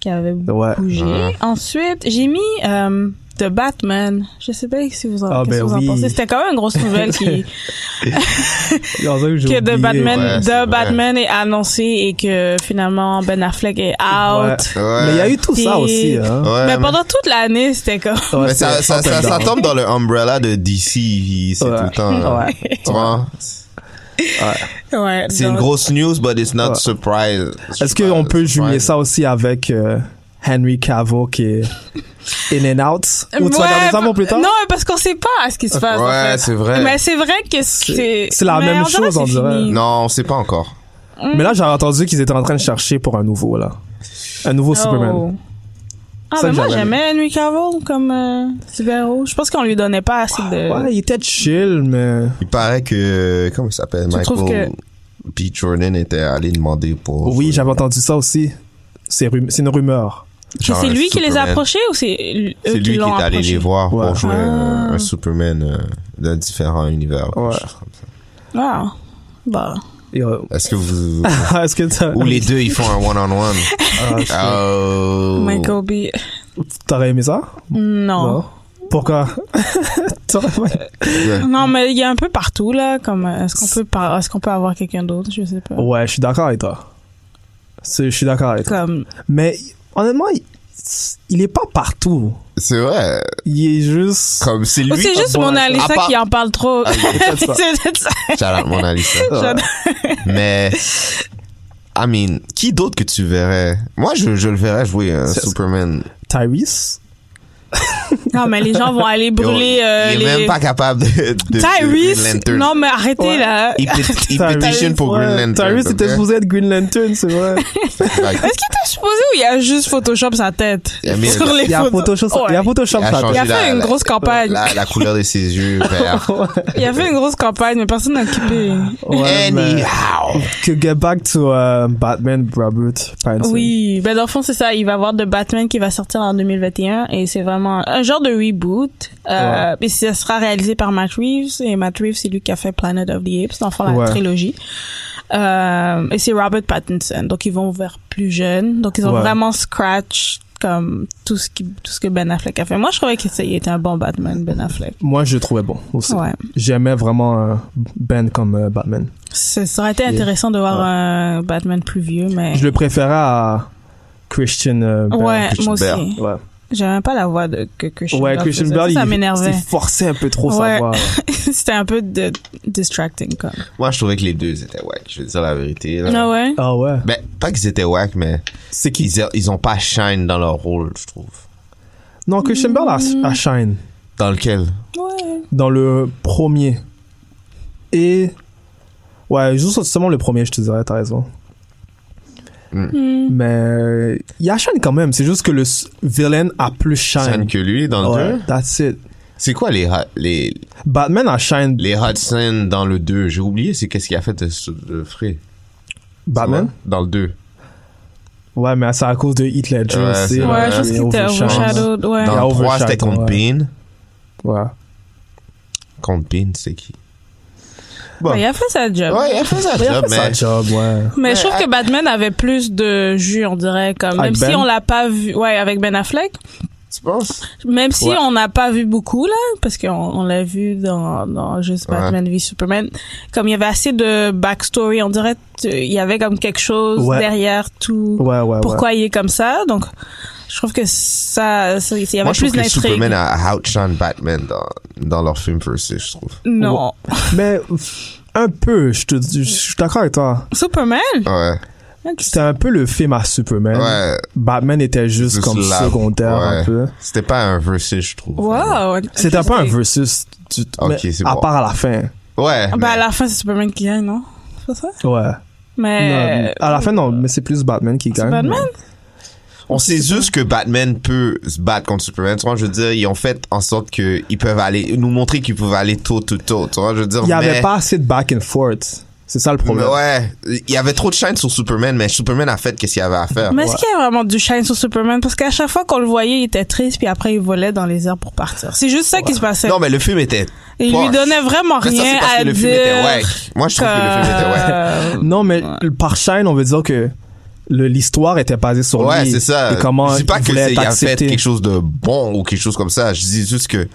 Speaker 6: qui avait
Speaker 4: Ouais.
Speaker 6: bougé.
Speaker 5: Ouais.
Speaker 6: Ensuite, j'ai mis euh, The Batman. Je sais pas si vous en,
Speaker 4: Ah,
Speaker 6: qu'est-ce
Speaker 4: ben
Speaker 6: que vous
Speaker 4: oui.
Speaker 6: en pensez. C'était quand même une grosse nouvelle qui,
Speaker 4: que
Speaker 6: que The Batman,
Speaker 5: Ouais, c'est vrai.
Speaker 6: The Batman est annoncé et que finalement Ben Affleck est
Speaker 4: Ouais.
Speaker 6: out.
Speaker 5: Ouais.
Speaker 4: Mais il y a eu tout ça
Speaker 6: Et-
Speaker 4: aussi, hein.
Speaker 5: Ouais,
Speaker 6: Mais
Speaker 5: mais-
Speaker 6: pendant toute l'année, c'était comme...
Speaker 4: Ouais,
Speaker 5: mais ça,
Speaker 4: c'est-
Speaker 5: ça, ça, ça
Speaker 4: dedans.
Speaker 5: tombe dans le umbrella de DC, c'est
Speaker 4: Ouais.
Speaker 5: tout le temps.
Speaker 4: Ouais.
Speaker 5: Tu vois?
Speaker 6: Ouais,
Speaker 5: C'est
Speaker 6: donc-
Speaker 5: une grosse news, but it's not
Speaker 4: Ouais.
Speaker 5: surprise.
Speaker 4: Est-ce qu'on peut jumeler ça aussi avec euh, Henry Cavill qui est In and Out Ou tu vas
Speaker 6: Ouais,
Speaker 4: regarder ça pour plus tard
Speaker 6: Non, parce qu'on sait pas ce qui se passe. en
Speaker 5: Ouais,
Speaker 6: fait.
Speaker 5: c'est vrai.
Speaker 6: Mais c'est vrai que c'est...
Speaker 4: c'est la
Speaker 6: Mais
Speaker 4: même
Speaker 6: on dirait
Speaker 4: chose,
Speaker 6: que
Speaker 4: on
Speaker 6: c'est
Speaker 4: dirait.
Speaker 6: fini.
Speaker 5: Non, on sait pas encore.
Speaker 4: Mais là, j'ai entendu qu'ils étaient en train de chercher pour un nouveau, là. Un nouveau
Speaker 6: Oh.
Speaker 4: Superman.
Speaker 6: Ah,
Speaker 4: Ça,
Speaker 6: mais moi,
Speaker 4: j'avais
Speaker 6: j'aimais Henry Cavill comme euh, super-héros. Je pense qu'on lui donnait pas assez de...
Speaker 4: Ouais, il était chill, mais.
Speaker 5: Il paraît que. Comment il s'appelle
Speaker 6: Tu trouves
Speaker 5: Michael B. Jordan était allé demander pour.
Speaker 4: oui, j'avais entendu ça aussi. C'est rum- c'est une rumeur.
Speaker 6: Que
Speaker 5: genre
Speaker 6: c'est
Speaker 5: un
Speaker 6: lui qui les a
Speaker 5: Superman.
Speaker 6: approchés ou c'est eux
Speaker 5: C'est
Speaker 6: qui
Speaker 5: lui qui est
Speaker 6: l'ont
Speaker 5: allé
Speaker 6: approché?
Speaker 5: les voir
Speaker 4: Ouais.
Speaker 5: pour jouer un,
Speaker 6: Ah.
Speaker 5: un Superman euh, d'un différent univers.
Speaker 4: Ouais.
Speaker 6: Wow. Bah.
Speaker 4: Et, euh,
Speaker 5: Est-ce que vous.
Speaker 4: Est-ce que t'as-
Speaker 5: Ou les deux, ils font un one-on-one.
Speaker 4: Ah, shit.
Speaker 5: Oh.
Speaker 6: Michael B.
Speaker 4: T'aurais aimé ça
Speaker 6: Non.
Speaker 4: Pourquoi T'aurais pas-
Speaker 5: Ouais.
Speaker 6: non. mais il y a un peu partout, là. Comme, euh, est-ce qu'on peut, par... est-ce qu'on peut avoir quelqu'un d'autre? Je
Speaker 5: Oh.
Speaker 6: sais pas.
Speaker 4: Ouais, je suis d'accord avec toi. C'est- Je suis d'accord avec toi.
Speaker 6: Comme,
Speaker 4: Mais honnêtement, il- il est pas partout.
Speaker 5: C'est vrai.
Speaker 4: Il est juste.
Speaker 5: Comme c'est
Speaker 6: Ou
Speaker 5: lui.
Speaker 6: c'est juste
Speaker 4: bon,
Speaker 6: mon
Speaker 4: à-
Speaker 6: Alissa
Speaker 5: à part-
Speaker 6: qui en parle trop.
Speaker 5: Ah, c'est
Speaker 4: ça.
Speaker 6: C'est peut-être ça.
Speaker 5: Shout out, mon Alissa.
Speaker 6: J'adore.
Speaker 5: Mais, I mean, qui d'autre que tu verrais Moi, je, je le verrais jouer un
Speaker 4: C'est-
Speaker 5: Superman.
Speaker 4: Tyrese.
Speaker 6: Non, mais les gens vont aller
Speaker 5: Yo,
Speaker 6: brûler
Speaker 5: il
Speaker 6: euh,
Speaker 5: est
Speaker 6: les...
Speaker 5: même pas capable de. de- de Green
Speaker 6: Tyrese?
Speaker 5: Lantern.
Speaker 6: Non, mais arrêtez,
Speaker 4: Ouais.
Speaker 6: là.
Speaker 5: Il, pét- il
Speaker 4: Tyrese,
Speaker 5: pétitionne pour
Speaker 4: ouais.
Speaker 5: Green Lantern. hein.
Speaker 4: Tyrese
Speaker 5: ok?
Speaker 4: était supposé être Green Lantern, c'est vrai.
Speaker 5: Like,
Speaker 6: Est-ce qu'il t'a supposé ou il a juste Photoshop sa tête?
Speaker 5: Il a mis-
Speaker 6: Sur les
Speaker 4: Il y a
Speaker 6: photos.
Speaker 4: Photoshop, il y a
Speaker 6: Ouais.
Speaker 4: Photoshop
Speaker 5: Il a
Speaker 4: ça.
Speaker 5: changé.
Speaker 6: Il a
Speaker 5: la-
Speaker 6: fait une
Speaker 5: la-
Speaker 6: grosse campagne.
Speaker 5: la, la couleur de ses yeux vert.
Speaker 6: Il a fait une grosse campagne, mais personne n'a occupé.
Speaker 4: Ouais, mais-
Speaker 5: Anyhow.
Speaker 4: Que get back to euh, Batman Robert Pattinson.
Speaker 6: Oui, ben dans le fond c'est ça, il va y avoir de Batman qui va sortir en 2021 et c'est vraiment un genre de reboot. Euh, Et ça sera réalisé par Matt Reeves et Matt Reeves c'est lui qui a fait Planet of the Apes, dans le fond la
Speaker 4: Ouais.
Speaker 6: trilogie. Euh, et c'est Robert Pattinson, donc ils vont vers plus jeune, donc ils ont
Speaker 4: Ouais.
Speaker 6: vraiment scratch comme tout ce qui tout ce que Ben Affleck a fait. Moi je trouvais qu'il était un bon Batman Ben Affleck.
Speaker 4: Moi, je le trouvais bon aussi.
Speaker 6: Ouais.
Speaker 4: J'aimais vraiment euh, Ben comme euh, Batman.
Speaker 6: Ce- Ça aurait été
Speaker 4: Yeah.
Speaker 6: intéressant de voir un Batman plus vieux mais
Speaker 4: Je le préférais à Christian euh, Bale.
Speaker 6: Ouais, moi aussi.
Speaker 5: Bale.
Speaker 4: Ouais,
Speaker 6: J'aimais pas la voix de que Christian
Speaker 4: ouais
Speaker 6: Bale
Speaker 4: Christian
Speaker 6: faisait. Ça,
Speaker 4: Bale,
Speaker 6: ça
Speaker 4: il-
Speaker 6: m'énervait.
Speaker 4: il, forçait un peu trop sa
Speaker 6: Ouais.
Speaker 4: voix.
Speaker 6: C'était un peu de distracting comme.
Speaker 5: Moi, je trouvais que les deux étaient whack. Je vais dire la vérité. là.
Speaker 6: Ah ouais.
Speaker 4: Ah ouais.
Speaker 5: Ben, pas qu'ils étaient whack, mais
Speaker 4: C'est qui
Speaker 5: ils, ils ont pas shine dans leur rôle, je trouve.
Speaker 4: Non, Christian Bale a,
Speaker 6: Mm.
Speaker 4: a Shine
Speaker 5: Dans lequel
Speaker 6: Ouais.
Speaker 4: dans le premier. Et. Ouais, juste seulement le premier, je te dirais, t'as raison.
Speaker 5: Hmm.
Speaker 6: Hmm.
Speaker 4: Mais. Il y a Shine quand même, c'est juste que le s- villain a plus
Speaker 5: Shine
Speaker 4: Shine.
Speaker 5: que lui dans le
Speaker 4: Ouais,
Speaker 5: 2
Speaker 4: that's it.
Speaker 5: C'est quoi les, hot- les,
Speaker 4: Batman a Shine.
Speaker 5: les Hudson dans le 2 J'ai oublié, c'est qu'est-ce qu'il a fait de, ce- de frais
Speaker 4: Batman
Speaker 5: Dans le 2.
Speaker 4: Ouais, mais c'est à cause de Hitler, Ledger
Speaker 5: Ouais,
Speaker 4: aussi.
Speaker 5: c'est vrai.
Speaker 6: Ouais, je pense
Speaker 4: Et
Speaker 6: qu'il était
Speaker 4: Overshadow.
Speaker 6: overshadowed. Ouais.
Speaker 4: Il a
Speaker 5: Dans le 3, c'était
Speaker 4: overshadow,
Speaker 5: contre
Speaker 4: ouais.
Speaker 5: Bean.
Speaker 4: Ouais.
Speaker 5: Ah, Contre Bean, c'est qui
Speaker 6: Ouais, Il a fait sa job.
Speaker 5: Ouais, il a fait ça,
Speaker 4: Euh, Il a
Speaker 5: job,
Speaker 4: fait sa
Speaker 5: mais-
Speaker 4: job, ouais.
Speaker 6: Mais je trouve que Batman avait plus de jus, on dirait, comme même
Speaker 4: Avec
Speaker 6: si
Speaker 4: Ben?
Speaker 6: on l'a pas vu, ouais, avec Ben Affleck,
Speaker 5: Tu penses
Speaker 6: même si
Speaker 4: Ouais.
Speaker 6: on n'a pas vu beaucoup là, parce qu'on on l'a vu dans, dans juste
Speaker 5: Ouais.
Speaker 6: Batman v Superman, comme il y avait assez de backstory, on dirait, tu- il y avait comme quelque chose
Speaker 4: Ouais.
Speaker 6: derrière tout,
Speaker 4: Ouais,
Speaker 5: Ah
Speaker 4: ouais,
Speaker 6: pourquoi il est comme ça, donc je trouve que ça, ça- il y avait
Speaker 5: Moi, je
Speaker 6: plus
Speaker 5: trouve que
Speaker 6: d'intrigue.
Speaker 5: Superman a outshine Batman dans, dans leur film versus, je trouve.
Speaker 6: Non,
Speaker 4: ouais. Mais pff, un peu, je te dis, je suis d'accord avec toi.
Speaker 6: Superman.
Speaker 5: Ouais.
Speaker 4: C'était un peu le film à Superman.
Speaker 5: Ouais.
Speaker 4: Batman était juste
Speaker 5: Juste
Speaker 4: comme
Speaker 5: là.
Speaker 4: secondaire un
Speaker 5: Ouais.
Speaker 4: peu.
Speaker 5: C'était pas un versus, je trouve.
Speaker 6: Wow.
Speaker 4: C'était pas un
Speaker 6: vœu.
Speaker 4: versus, tu-
Speaker 5: Ok,
Speaker 4: mais
Speaker 5: c'est
Speaker 4: à
Speaker 5: bon.
Speaker 4: part à la fin.
Speaker 5: Ouais.
Speaker 4: Ah, ben,
Speaker 5: mais-
Speaker 6: Bah à la fin c'est Superman qui gagne, non C'est pas ça
Speaker 4: Ouais.
Speaker 6: Mais
Speaker 4: Non, à la fin, non, mais c'est plus Batman qui gagne.
Speaker 6: Euh, Batman?
Speaker 5: On sait juste que Batman peut se battre contre Superman. Tu vois, je veux dire, ils ont fait en sorte que ils peuvent aller, nous montrer qu'ils peuvent aller tôt, tôt, tôt. Tu vois, je veux dire,
Speaker 4: Il y avait
Speaker 5: mais-
Speaker 4: pas assez de back and forth. C'est ça le
Speaker 5: mais
Speaker 4: problème.
Speaker 5: ouais, il y avait trop de shine sur Superman, mais Superman a fait qu'est-ce qu'il avait à faire.
Speaker 6: Mais est-ce qu'il y a vraiment du shine sur Superman Parce qu'à chaque fois qu'on le voyait, il était triste, puis après il volait dans les airs pour partir. C'est juste ça qui se passait.
Speaker 5: Non, mais le film était.
Speaker 6: il
Speaker 5: poche.
Speaker 6: lui donnait vraiment
Speaker 5: Mais ça,
Speaker 6: rien
Speaker 5: c'est parce
Speaker 6: à
Speaker 5: que le
Speaker 6: dire.
Speaker 5: film était wack. Moi, je trouve que le film était wack.
Speaker 6: que
Speaker 4: Non, mais par Shine, on veut dire que le- l'histoire était basée sur
Speaker 5: Ouais,
Speaker 4: lui.
Speaker 5: c'est ça.
Speaker 4: Et comment
Speaker 5: je dis pas
Speaker 4: il
Speaker 5: que
Speaker 4: voulait
Speaker 5: c'est- il
Speaker 4: être
Speaker 5: a fait
Speaker 4: accepté.
Speaker 5: quelque chose de bon ou quelque chose comme ça. Je dis juste que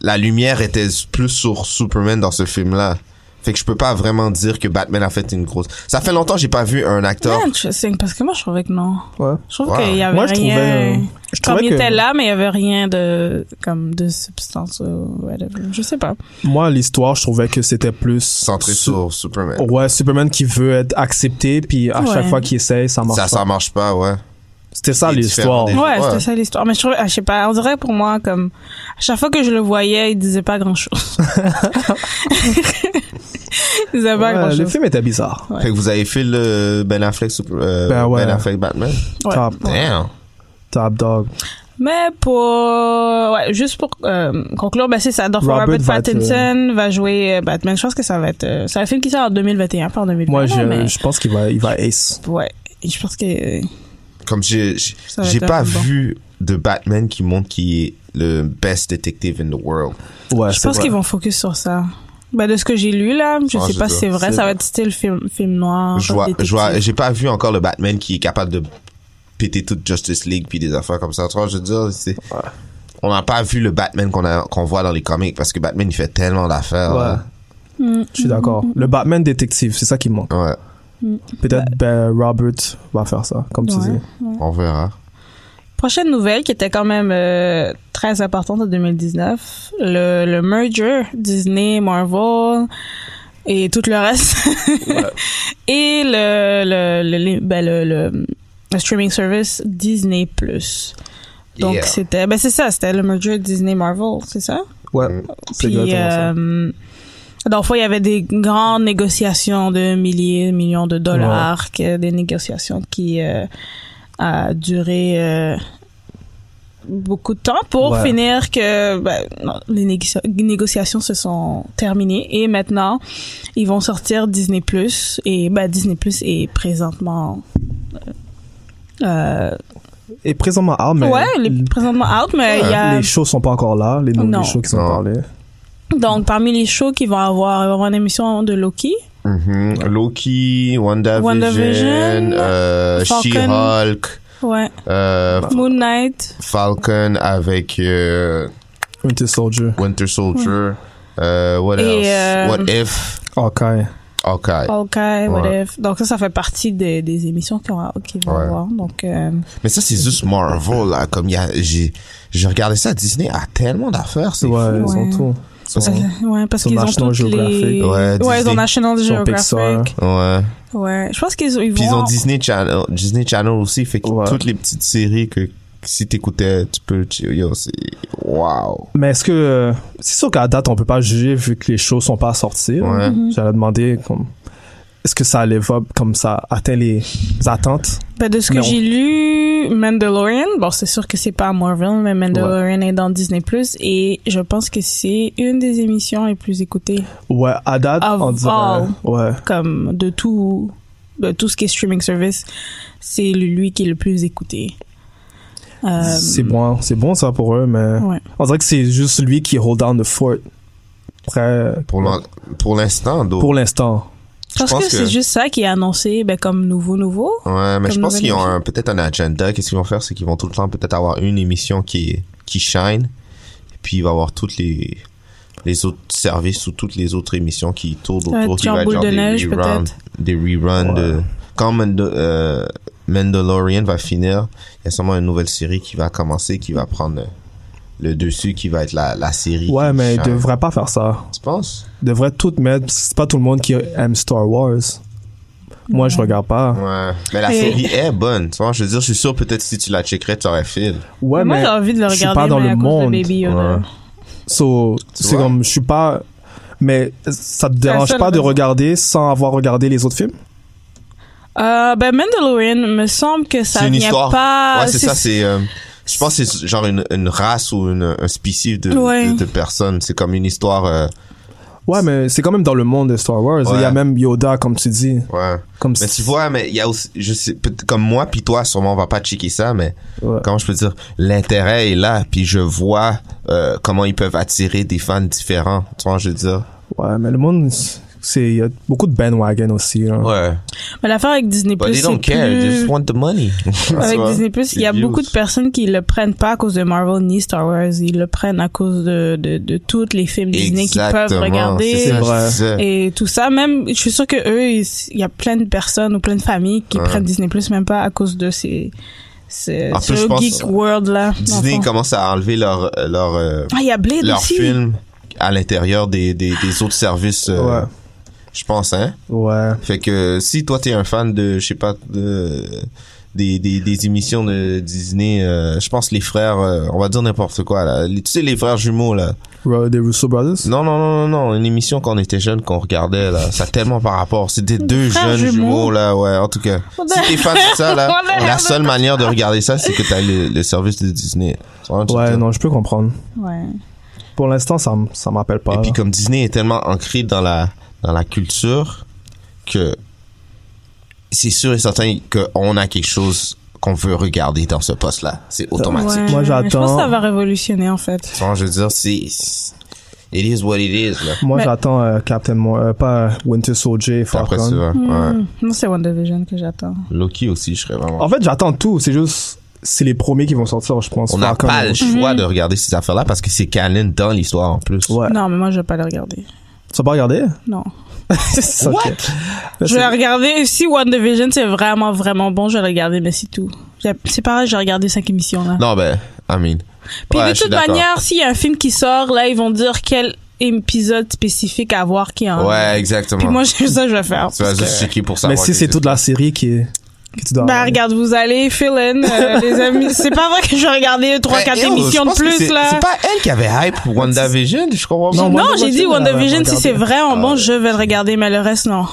Speaker 5: la lumière était plus sur Superman dans ce film-là. Fait que je peux pas vraiment dire que Batman a fait une grosse. Ça fait longtemps que j'ai pas vu un acteur.
Speaker 6: Interesting, parce que moi je trouvais que non.
Speaker 4: Ouais.
Speaker 6: Je trouve
Speaker 5: Wow.
Speaker 6: qu'il y avait
Speaker 4: Moi, je
Speaker 6: rien.
Speaker 4: trouvais, euh, je
Speaker 6: Comme
Speaker 4: trouvais
Speaker 6: il
Speaker 4: que-
Speaker 6: était là, mais il y avait rien de comme de substance ou whatever. Je sais pas.
Speaker 4: Moi, l'histoire, je trouvais que c'était plus
Speaker 5: centré
Speaker 4: su-
Speaker 5: sur Superman.
Speaker 4: Ouais, Superman qui veut être accepté, puis à
Speaker 6: Ouais.
Speaker 4: chaque fois qu'il essaye, ça marche
Speaker 5: Ça,
Speaker 4: pas.
Speaker 5: ça marche pas, ouais.
Speaker 4: C'était ça
Speaker 5: Il est
Speaker 4: l'histoire.
Speaker 5: différent
Speaker 6: Ouais,
Speaker 5: Et- ouais.
Speaker 6: c'était ça l'histoire. Mais je trouvais, ah, je sais pas, on dirait pour moi, comme, à chaque fois que je le voyais, il disait pas grand chose. il disait pas
Speaker 4: Ouais,
Speaker 6: grand
Speaker 4: le
Speaker 6: chose.
Speaker 4: film était bizarre.
Speaker 6: Ouais.
Speaker 5: Fait que vous avez fait le Ben Affleck, Sup- euh,
Speaker 4: Ben
Speaker 5: ben,
Speaker 4: ouais.
Speaker 5: Affleck Batman.
Speaker 4: Top,
Speaker 5: Damn.
Speaker 4: top dog.
Speaker 6: Mais pour, ouais, juste pour euh, conclure, ben c'est ça. Donc, Robert,
Speaker 4: Robert va être,
Speaker 6: Pattinson va jouer euh, Batman. Je pense que ça va être, euh, c'est un film qui sort en 2021, pas en 2020.
Speaker 4: Moi, je,
Speaker 6: mais-
Speaker 4: je pense qu'il va, il va ace.
Speaker 6: ouais. Et je pense que, euh,
Speaker 5: Comme j'ai, j'ai
Speaker 6: Ça va
Speaker 5: j'ai
Speaker 6: être
Speaker 5: pas
Speaker 6: un bon.
Speaker 5: vu de Batman qui montre qu'il est le best detective in the world.
Speaker 4: Ouais,
Speaker 6: je pense qu'ils vont focus sur ça. Ben, de ce que j'ai lu, là, je
Speaker 5: Ah,
Speaker 6: sais
Speaker 5: c'est
Speaker 6: pas
Speaker 5: ça.
Speaker 6: si c'est vrai.
Speaker 4: C'est
Speaker 6: Ça va
Speaker 4: vrai.
Speaker 6: être style film, film noir.
Speaker 5: je vois,
Speaker 6: détective.
Speaker 5: je vois, j'ai pas vu encore le Batman qui est capable de péter toute Justice League puis des affaires comme ça. Tu vois, je veux dire, c'est, on n'a pas vu le Batman qu'on a, qu'on voit dans les comics parce que Batman, il fait tellement d'affaires.
Speaker 4: Ouais. Je suis
Speaker 6: Mm-hmm.
Speaker 4: d'accord. Le Batman détective, c'est ça qui manque.
Speaker 5: là. hein. Ouais.
Speaker 4: Peut-être ben, Robert va faire ça, comme tu
Speaker 6: Ouais.
Speaker 4: dis.
Speaker 5: On verra.
Speaker 6: Prochaine nouvelle qui était quand même euh, très importante en 2019, le, le merger Disney, Marvel et tout le reste. et le, le, le, les- ben, le- le- le streaming service Disney+. Donc
Speaker 5: Yeah.
Speaker 6: c'était ben c'est ça, c'était le merger Disney Marvel, c'est ça
Speaker 4: Ouais,
Speaker 5: Mm.
Speaker 4: c'est
Speaker 6: Puis
Speaker 4: exactement ça.
Speaker 6: euh, dans le fond, il y avait des grandes négociations de milliers, millions de dollars, que des négociations qui euh, a duré euh, beaucoup de temps pour
Speaker 4: Ouais.
Speaker 6: finir que ben, non, les négoci- négociations se sont terminées et maintenant ils vont sortir Disney Plus et ben, Disney Plus est présentement euh,
Speaker 4: Et présentement, ah, mais
Speaker 6: ouais, il est présentement out, mais il y a
Speaker 4: les shows sont pas encore là, les noms
Speaker 6: Non.
Speaker 4: des shows qui sont
Speaker 5: Non.
Speaker 4: parlés.
Speaker 6: donc parmi les shows qu'ils vont avoir, ils vont avoir une émission de Loki.
Speaker 5: Mhm. Loki, WandaVision,
Speaker 6: WandaVision,
Speaker 5: euh,
Speaker 6: Falcon.
Speaker 5: She-Hulk,
Speaker 6: Ouais.
Speaker 5: euh,
Speaker 6: Moon Knight.
Speaker 5: Falcon avec euh,
Speaker 4: Winter Soldier,
Speaker 5: Winter Soldier. Euh, what
Speaker 6: Et,
Speaker 5: else?
Speaker 6: euh,
Speaker 5: What if?
Speaker 4: Hawkeye.
Speaker 5: Hawkeye.
Speaker 6: Hawkeye, what
Speaker 5: Ouais.
Speaker 6: if. Donc ça, ça fait partie des, des émissions qu'on va, qu'ils vont
Speaker 5: Ouais.
Speaker 6: avoir. Donc, euh,
Speaker 5: Mais ça, c'est juste Marvel, là. Comme il y a, j'ai, j'ai regardé ça, Disney a tellement d'affaires, c'est
Speaker 4: Ouais,
Speaker 5: fou.
Speaker 4: ils ont
Speaker 6: Ouais.
Speaker 4: tout. Ils
Speaker 6: ça
Speaker 4: sont-
Speaker 6: fait- ouais, parce
Speaker 4: Sur
Speaker 6: qu'ils ont
Speaker 4: National
Speaker 6: toutes les...
Speaker 4: Geographic.
Speaker 5: Ouais,
Speaker 6: ouais, ils
Speaker 5: Disney.
Speaker 6: ont National
Speaker 4: Sur Pixar.
Speaker 6: Geographic.
Speaker 5: Ouais.
Speaker 6: Ouais, je pense qu'ils ont- ils
Speaker 5: Puis
Speaker 6: vont...
Speaker 5: ils ont Disney Channel, Disney Channel aussi, fait que
Speaker 4: Ouais.
Speaker 5: toutes les petites séries que si t'écoutais, tu peux, tu- yo, c'est, wow.
Speaker 4: Mais est-ce que. euh, C'est sûr qu'à date, on peut pas juger vu que les shows sont pas sorties.
Speaker 5: Ouais.
Speaker 6: Mm-hmm.
Speaker 4: J'allais demander comme, est-ce que ça les va comme ça atteint les attentes
Speaker 6: Ben, de ce que
Speaker 4: Non.
Speaker 6: j'ai lu, Mandalorian, bon, c'est sûr que c'est pas à Marvel, mais Mandalorian est dans Disney+, et je pense que c'est une des émissions les plus écoutées,
Speaker 4: Ouais, à date,
Speaker 6: Of
Speaker 4: on dirait.
Speaker 6: all.
Speaker 4: Ouais.
Speaker 6: comme de tout, de tout ce qui est streaming service, c'est lui qui est le plus écouté. Euh,
Speaker 4: C'est bon, hein. c'est bon ça pour eux, mais
Speaker 6: Ouais.
Speaker 4: on dirait que c'est juste lui qui hold down the fort. Après,
Speaker 5: Pour, l'en- pour l'instant, donc.
Speaker 4: pour l'instant.
Speaker 6: Je pense, que, c'est juste ça qui est annoncé ben, comme nouveau, nouveau.
Speaker 5: Ouais, mais je
Speaker 6: Comme
Speaker 5: pense
Speaker 6: nouvelle
Speaker 5: qu'ils ont
Speaker 6: émission.
Speaker 5: un- peut-être un agenda. Qu'est-ce qu'ils vont faire, c'est qu'ils vont tout le temps peut-être avoir une émission qui qui shine, et puis il va avoir toutes les les autres services ou toutes les autres émissions qui tournent
Speaker 6: va
Speaker 5: autour.
Speaker 6: être
Speaker 5: Il
Speaker 6: genre
Speaker 5: va être
Speaker 6: boule de neige,
Speaker 5: reruns,
Speaker 6: peut-être.
Speaker 5: des reruns de quand Mando- euh, Mandalorian va finir, il y a sûrement une nouvelle série qui va commencer, qui va prendre le, le dessus, qui va être la la série.
Speaker 4: Ouais,
Speaker 5: qui
Speaker 4: mais ils
Speaker 5: shine.
Speaker 4: devraient pas faire ça.
Speaker 5: Tu penses
Speaker 4: Ils devraient tout mettre. C'est pas tout le monde qui aime Star Wars. Moi, je regarde pas.
Speaker 5: Ouais. Mais la
Speaker 6: Et-
Speaker 5: série est bonne. Tu vois, je veux dire, je suis sûr peut-être si tu la checkerais, tu aurais fil.
Speaker 4: Ouais,
Speaker 6: moi,
Speaker 4: mais
Speaker 6: j'ai envie de le
Speaker 4: je suis
Speaker 6: regarder,
Speaker 4: pas dans
Speaker 6: mais
Speaker 4: le
Speaker 6: à
Speaker 4: monde.
Speaker 6: cause de Baby Yoda.
Speaker 5: Ouais.
Speaker 4: So, c'est
Speaker 5: vois?
Speaker 4: comme, je suis pas. Mais ça te dérange
Speaker 6: seule
Speaker 4: pas de
Speaker 6: raison.
Speaker 4: regarder sans avoir regardé les autres films?
Speaker 6: Euh, ben, Mandalorian, me semble que ça
Speaker 5: C'est une
Speaker 6: vient
Speaker 5: histoire.
Speaker 6: pas...
Speaker 5: ouais, c'est ça, c'est. euh, je pense que c'est genre une, une race ou une, un spécifique de,
Speaker 6: Ouais.
Speaker 5: de, de personnes. C'est comme une histoire. euh,
Speaker 4: Ouais, mais c'est quand même dans le monde de Star Wars.
Speaker 5: Ouais.
Speaker 4: Il y a même Yoda, comme tu dis.
Speaker 5: ouais.
Speaker 4: Comme
Speaker 5: Mais
Speaker 4: si-
Speaker 5: tu vois, mais il y a aussi. Je sais, peut- comme moi, puis toi, sûrement, on va pas checker ça, mais
Speaker 4: Ouais.
Speaker 5: comment je peux dire L'intérêt est là, puis je vois euh, comment ils peuvent attirer des fans différents. Tu vois, je veux dire.
Speaker 4: Ouais, mais le monde, c'est, il y a beaucoup de bandwagon aussi. là.
Speaker 5: Ouais.
Speaker 6: Mais l'affaire avec Disney+,
Speaker 5: But they
Speaker 6: c'est
Speaker 5: don't care, they just
Speaker 6: plus...
Speaker 5: want the money.
Speaker 6: Avec Disney+, il y a
Speaker 5: Les
Speaker 6: beaucoup
Speaker 5: views.
Speaker 6: de personnes qui le prennent pas à cause de Marvel ni Star Wars. Ils le prennent à cause de, de, de tous les films Disney qu'ils peuvent regarder.
Speaker 5: C'est ça,
Speaker 4: vrai.
Speaker 5: c'est ça.
Speaker 6: et tout ça même je suis sûre que eux ils- il y a plein de personnes ou plein de familles qui
Speaker 5: Ouais.
Speaker 6: prennent Disney Plus même pas à cause de ces, ces
Speaker 5: En plus, je
Speaker 6: ce
Speaker 5: pense-
Speaker 6: geek world là
Speaker 5: Disney commence à enlever leur. leur euh,
Speaker 6: ah il y a Blade
Speaker 5: leurs
Speaker 6: aussi
Speaker 5: films à l'intérieur des, des, des autres services, euh,
Speaker 4: Ouais.
Speaker 5: je pense, hein.
Speaker 4: Ouais.
Speaker 5: Fait que si toi t'es un fan de, je sais pas, de, des, des, des émissions de Disney, euh, je pense les frères, euh, on va dire n'importe quoi là. Les- tu sais les frères jumeaux là.
Speaker 4: Ro- Des Russo Brothers?
Speaker 5: Non non non non non, une émission quand on était jeunes qu'on regardait là, ça a tellement par rapport. C'était deux
Speaker 6: frères
Speaker 5: jeunes jumeaux.
Speaker 6: jumeaux.
Speaker 5: là, ouais. En tout cas, si t'es fan de ça là,
Speaker 6: On a l'air
Speaker 5: la
Speaker 6: de-
Speaker 5: seule manière de regarder ça, c'est que t'as le, le service de Disney. Tu vois, tu
Speaker 4: Ouais,
Speaker 5: te-
Speaker 4: non, je peux comprendre.
Speaker 6: ouais
Speaker 4: Pour l'instant, ça, m- ça m'appelle pas.
Speaker 5: Et puis
Speaker 4: là.
Speaker 5: comme Disney est tellement ancré dans la dans la culture que c'est sûr et certain qu'on a quelque chose qu'on veut regarder dans ce poste-là. C'est automatique.
Speaker 6: Ouais.
Speaker 4: Moi,
Speaker 6: je pense
Speaker 4: j'attends-
Speaker 6: que ça va révolutionner en fait
Speaker 5: Tu vois, je veux dire, c'est it is what it is là.
Speaker 4: Moi,
Speaker 6: Mais-
Speaker 4: j'attends euh, Captain Mo- euh, pas euh, Winter Soldier, et
Speaker 5: Après ça,
Speaker 4: Falcon.
Speaker 5: ouais.
Speaker 6: Hmm. moi c'est WandaVision que j'attends
Speaker 5: Loki aussi, je serais vraiment.
Speaker 4: En fait, j'attends tout. C'est juste, c'est les premiers qui vont sortir, je pense.
Speaker 5: On n'a
Speaker 4: Falcon.
Speaker 5: pas le
Speaker 6: Mhm.
Speaker 5: choix de regarder ces affaires-là parce que c'est canon dans l'histoire en plus.
Speaker 4: Ouais.
Speaker 6: non mais moi je vais pas le regarder
Speaker 4: Tu vas pas regarder?
Speaker 6: non
Speaker 4: What?
Speaker 6: je vais regarder si WandaVision c'est vraiment vraiment bon je vais le regarder mais c'est tout Y a- C'est pareil, j'ai regardé cinq émissions, là.
Speaker 5: Non, ben, I mean.
Speaker 6: Puis
Speaker 5: Ouais,
Speaker 6: de
Speaker 5: je suis
Speaker 6: toute
Speaker 5: d'accord.
Speaker 6: manière, s'il y a un film qui sort, là, ils vont dire quel épisode spécifique à voir qui est en.
Speaker 5: Ouais, exactement.
Speaker 6: Ah. Puis moi, j'ai ça, que je vais faire.
Speaker 5: tu vas
Speaker 6: parce
Speaker 5: juste
Speaker 6: que-
Speaker 5: checker pour
Speaker 4: Mais
Speaker 5: savoir.
Speaker 4: si
Speaker 5: que
Speaker 4: c'est toute la série qui est, que tu dois.
Speaker 6: Bah
Speaker 4: regarder.
Speaker 6: regarde, vous allez fill in, euh, les amis. C'est pas vrai que je regardais trois,
Speaker 5: Ben,
Speaker 6: quatre
Speaker 5: yo, je
Speaker 6: émissions de
Speaker 5: pense que
Speaker 6: plus
Speaker 5: c'est-
Speaker 6: là.
Speaker 5: C'est pas elle qui avait hype pour WandaVision, je comprends pas.
Speaker 4: Non,
Speaker 6: Non,
Speaker 4: WandaVision,
Speaker 6: j'ai dit
Speaker 4: elle Ah avait
Speaker 6: WandaVision
Speaker 4: regardé.
Speaker 6: si c'est vrai en bon, je vais le regarder, mais le reste non.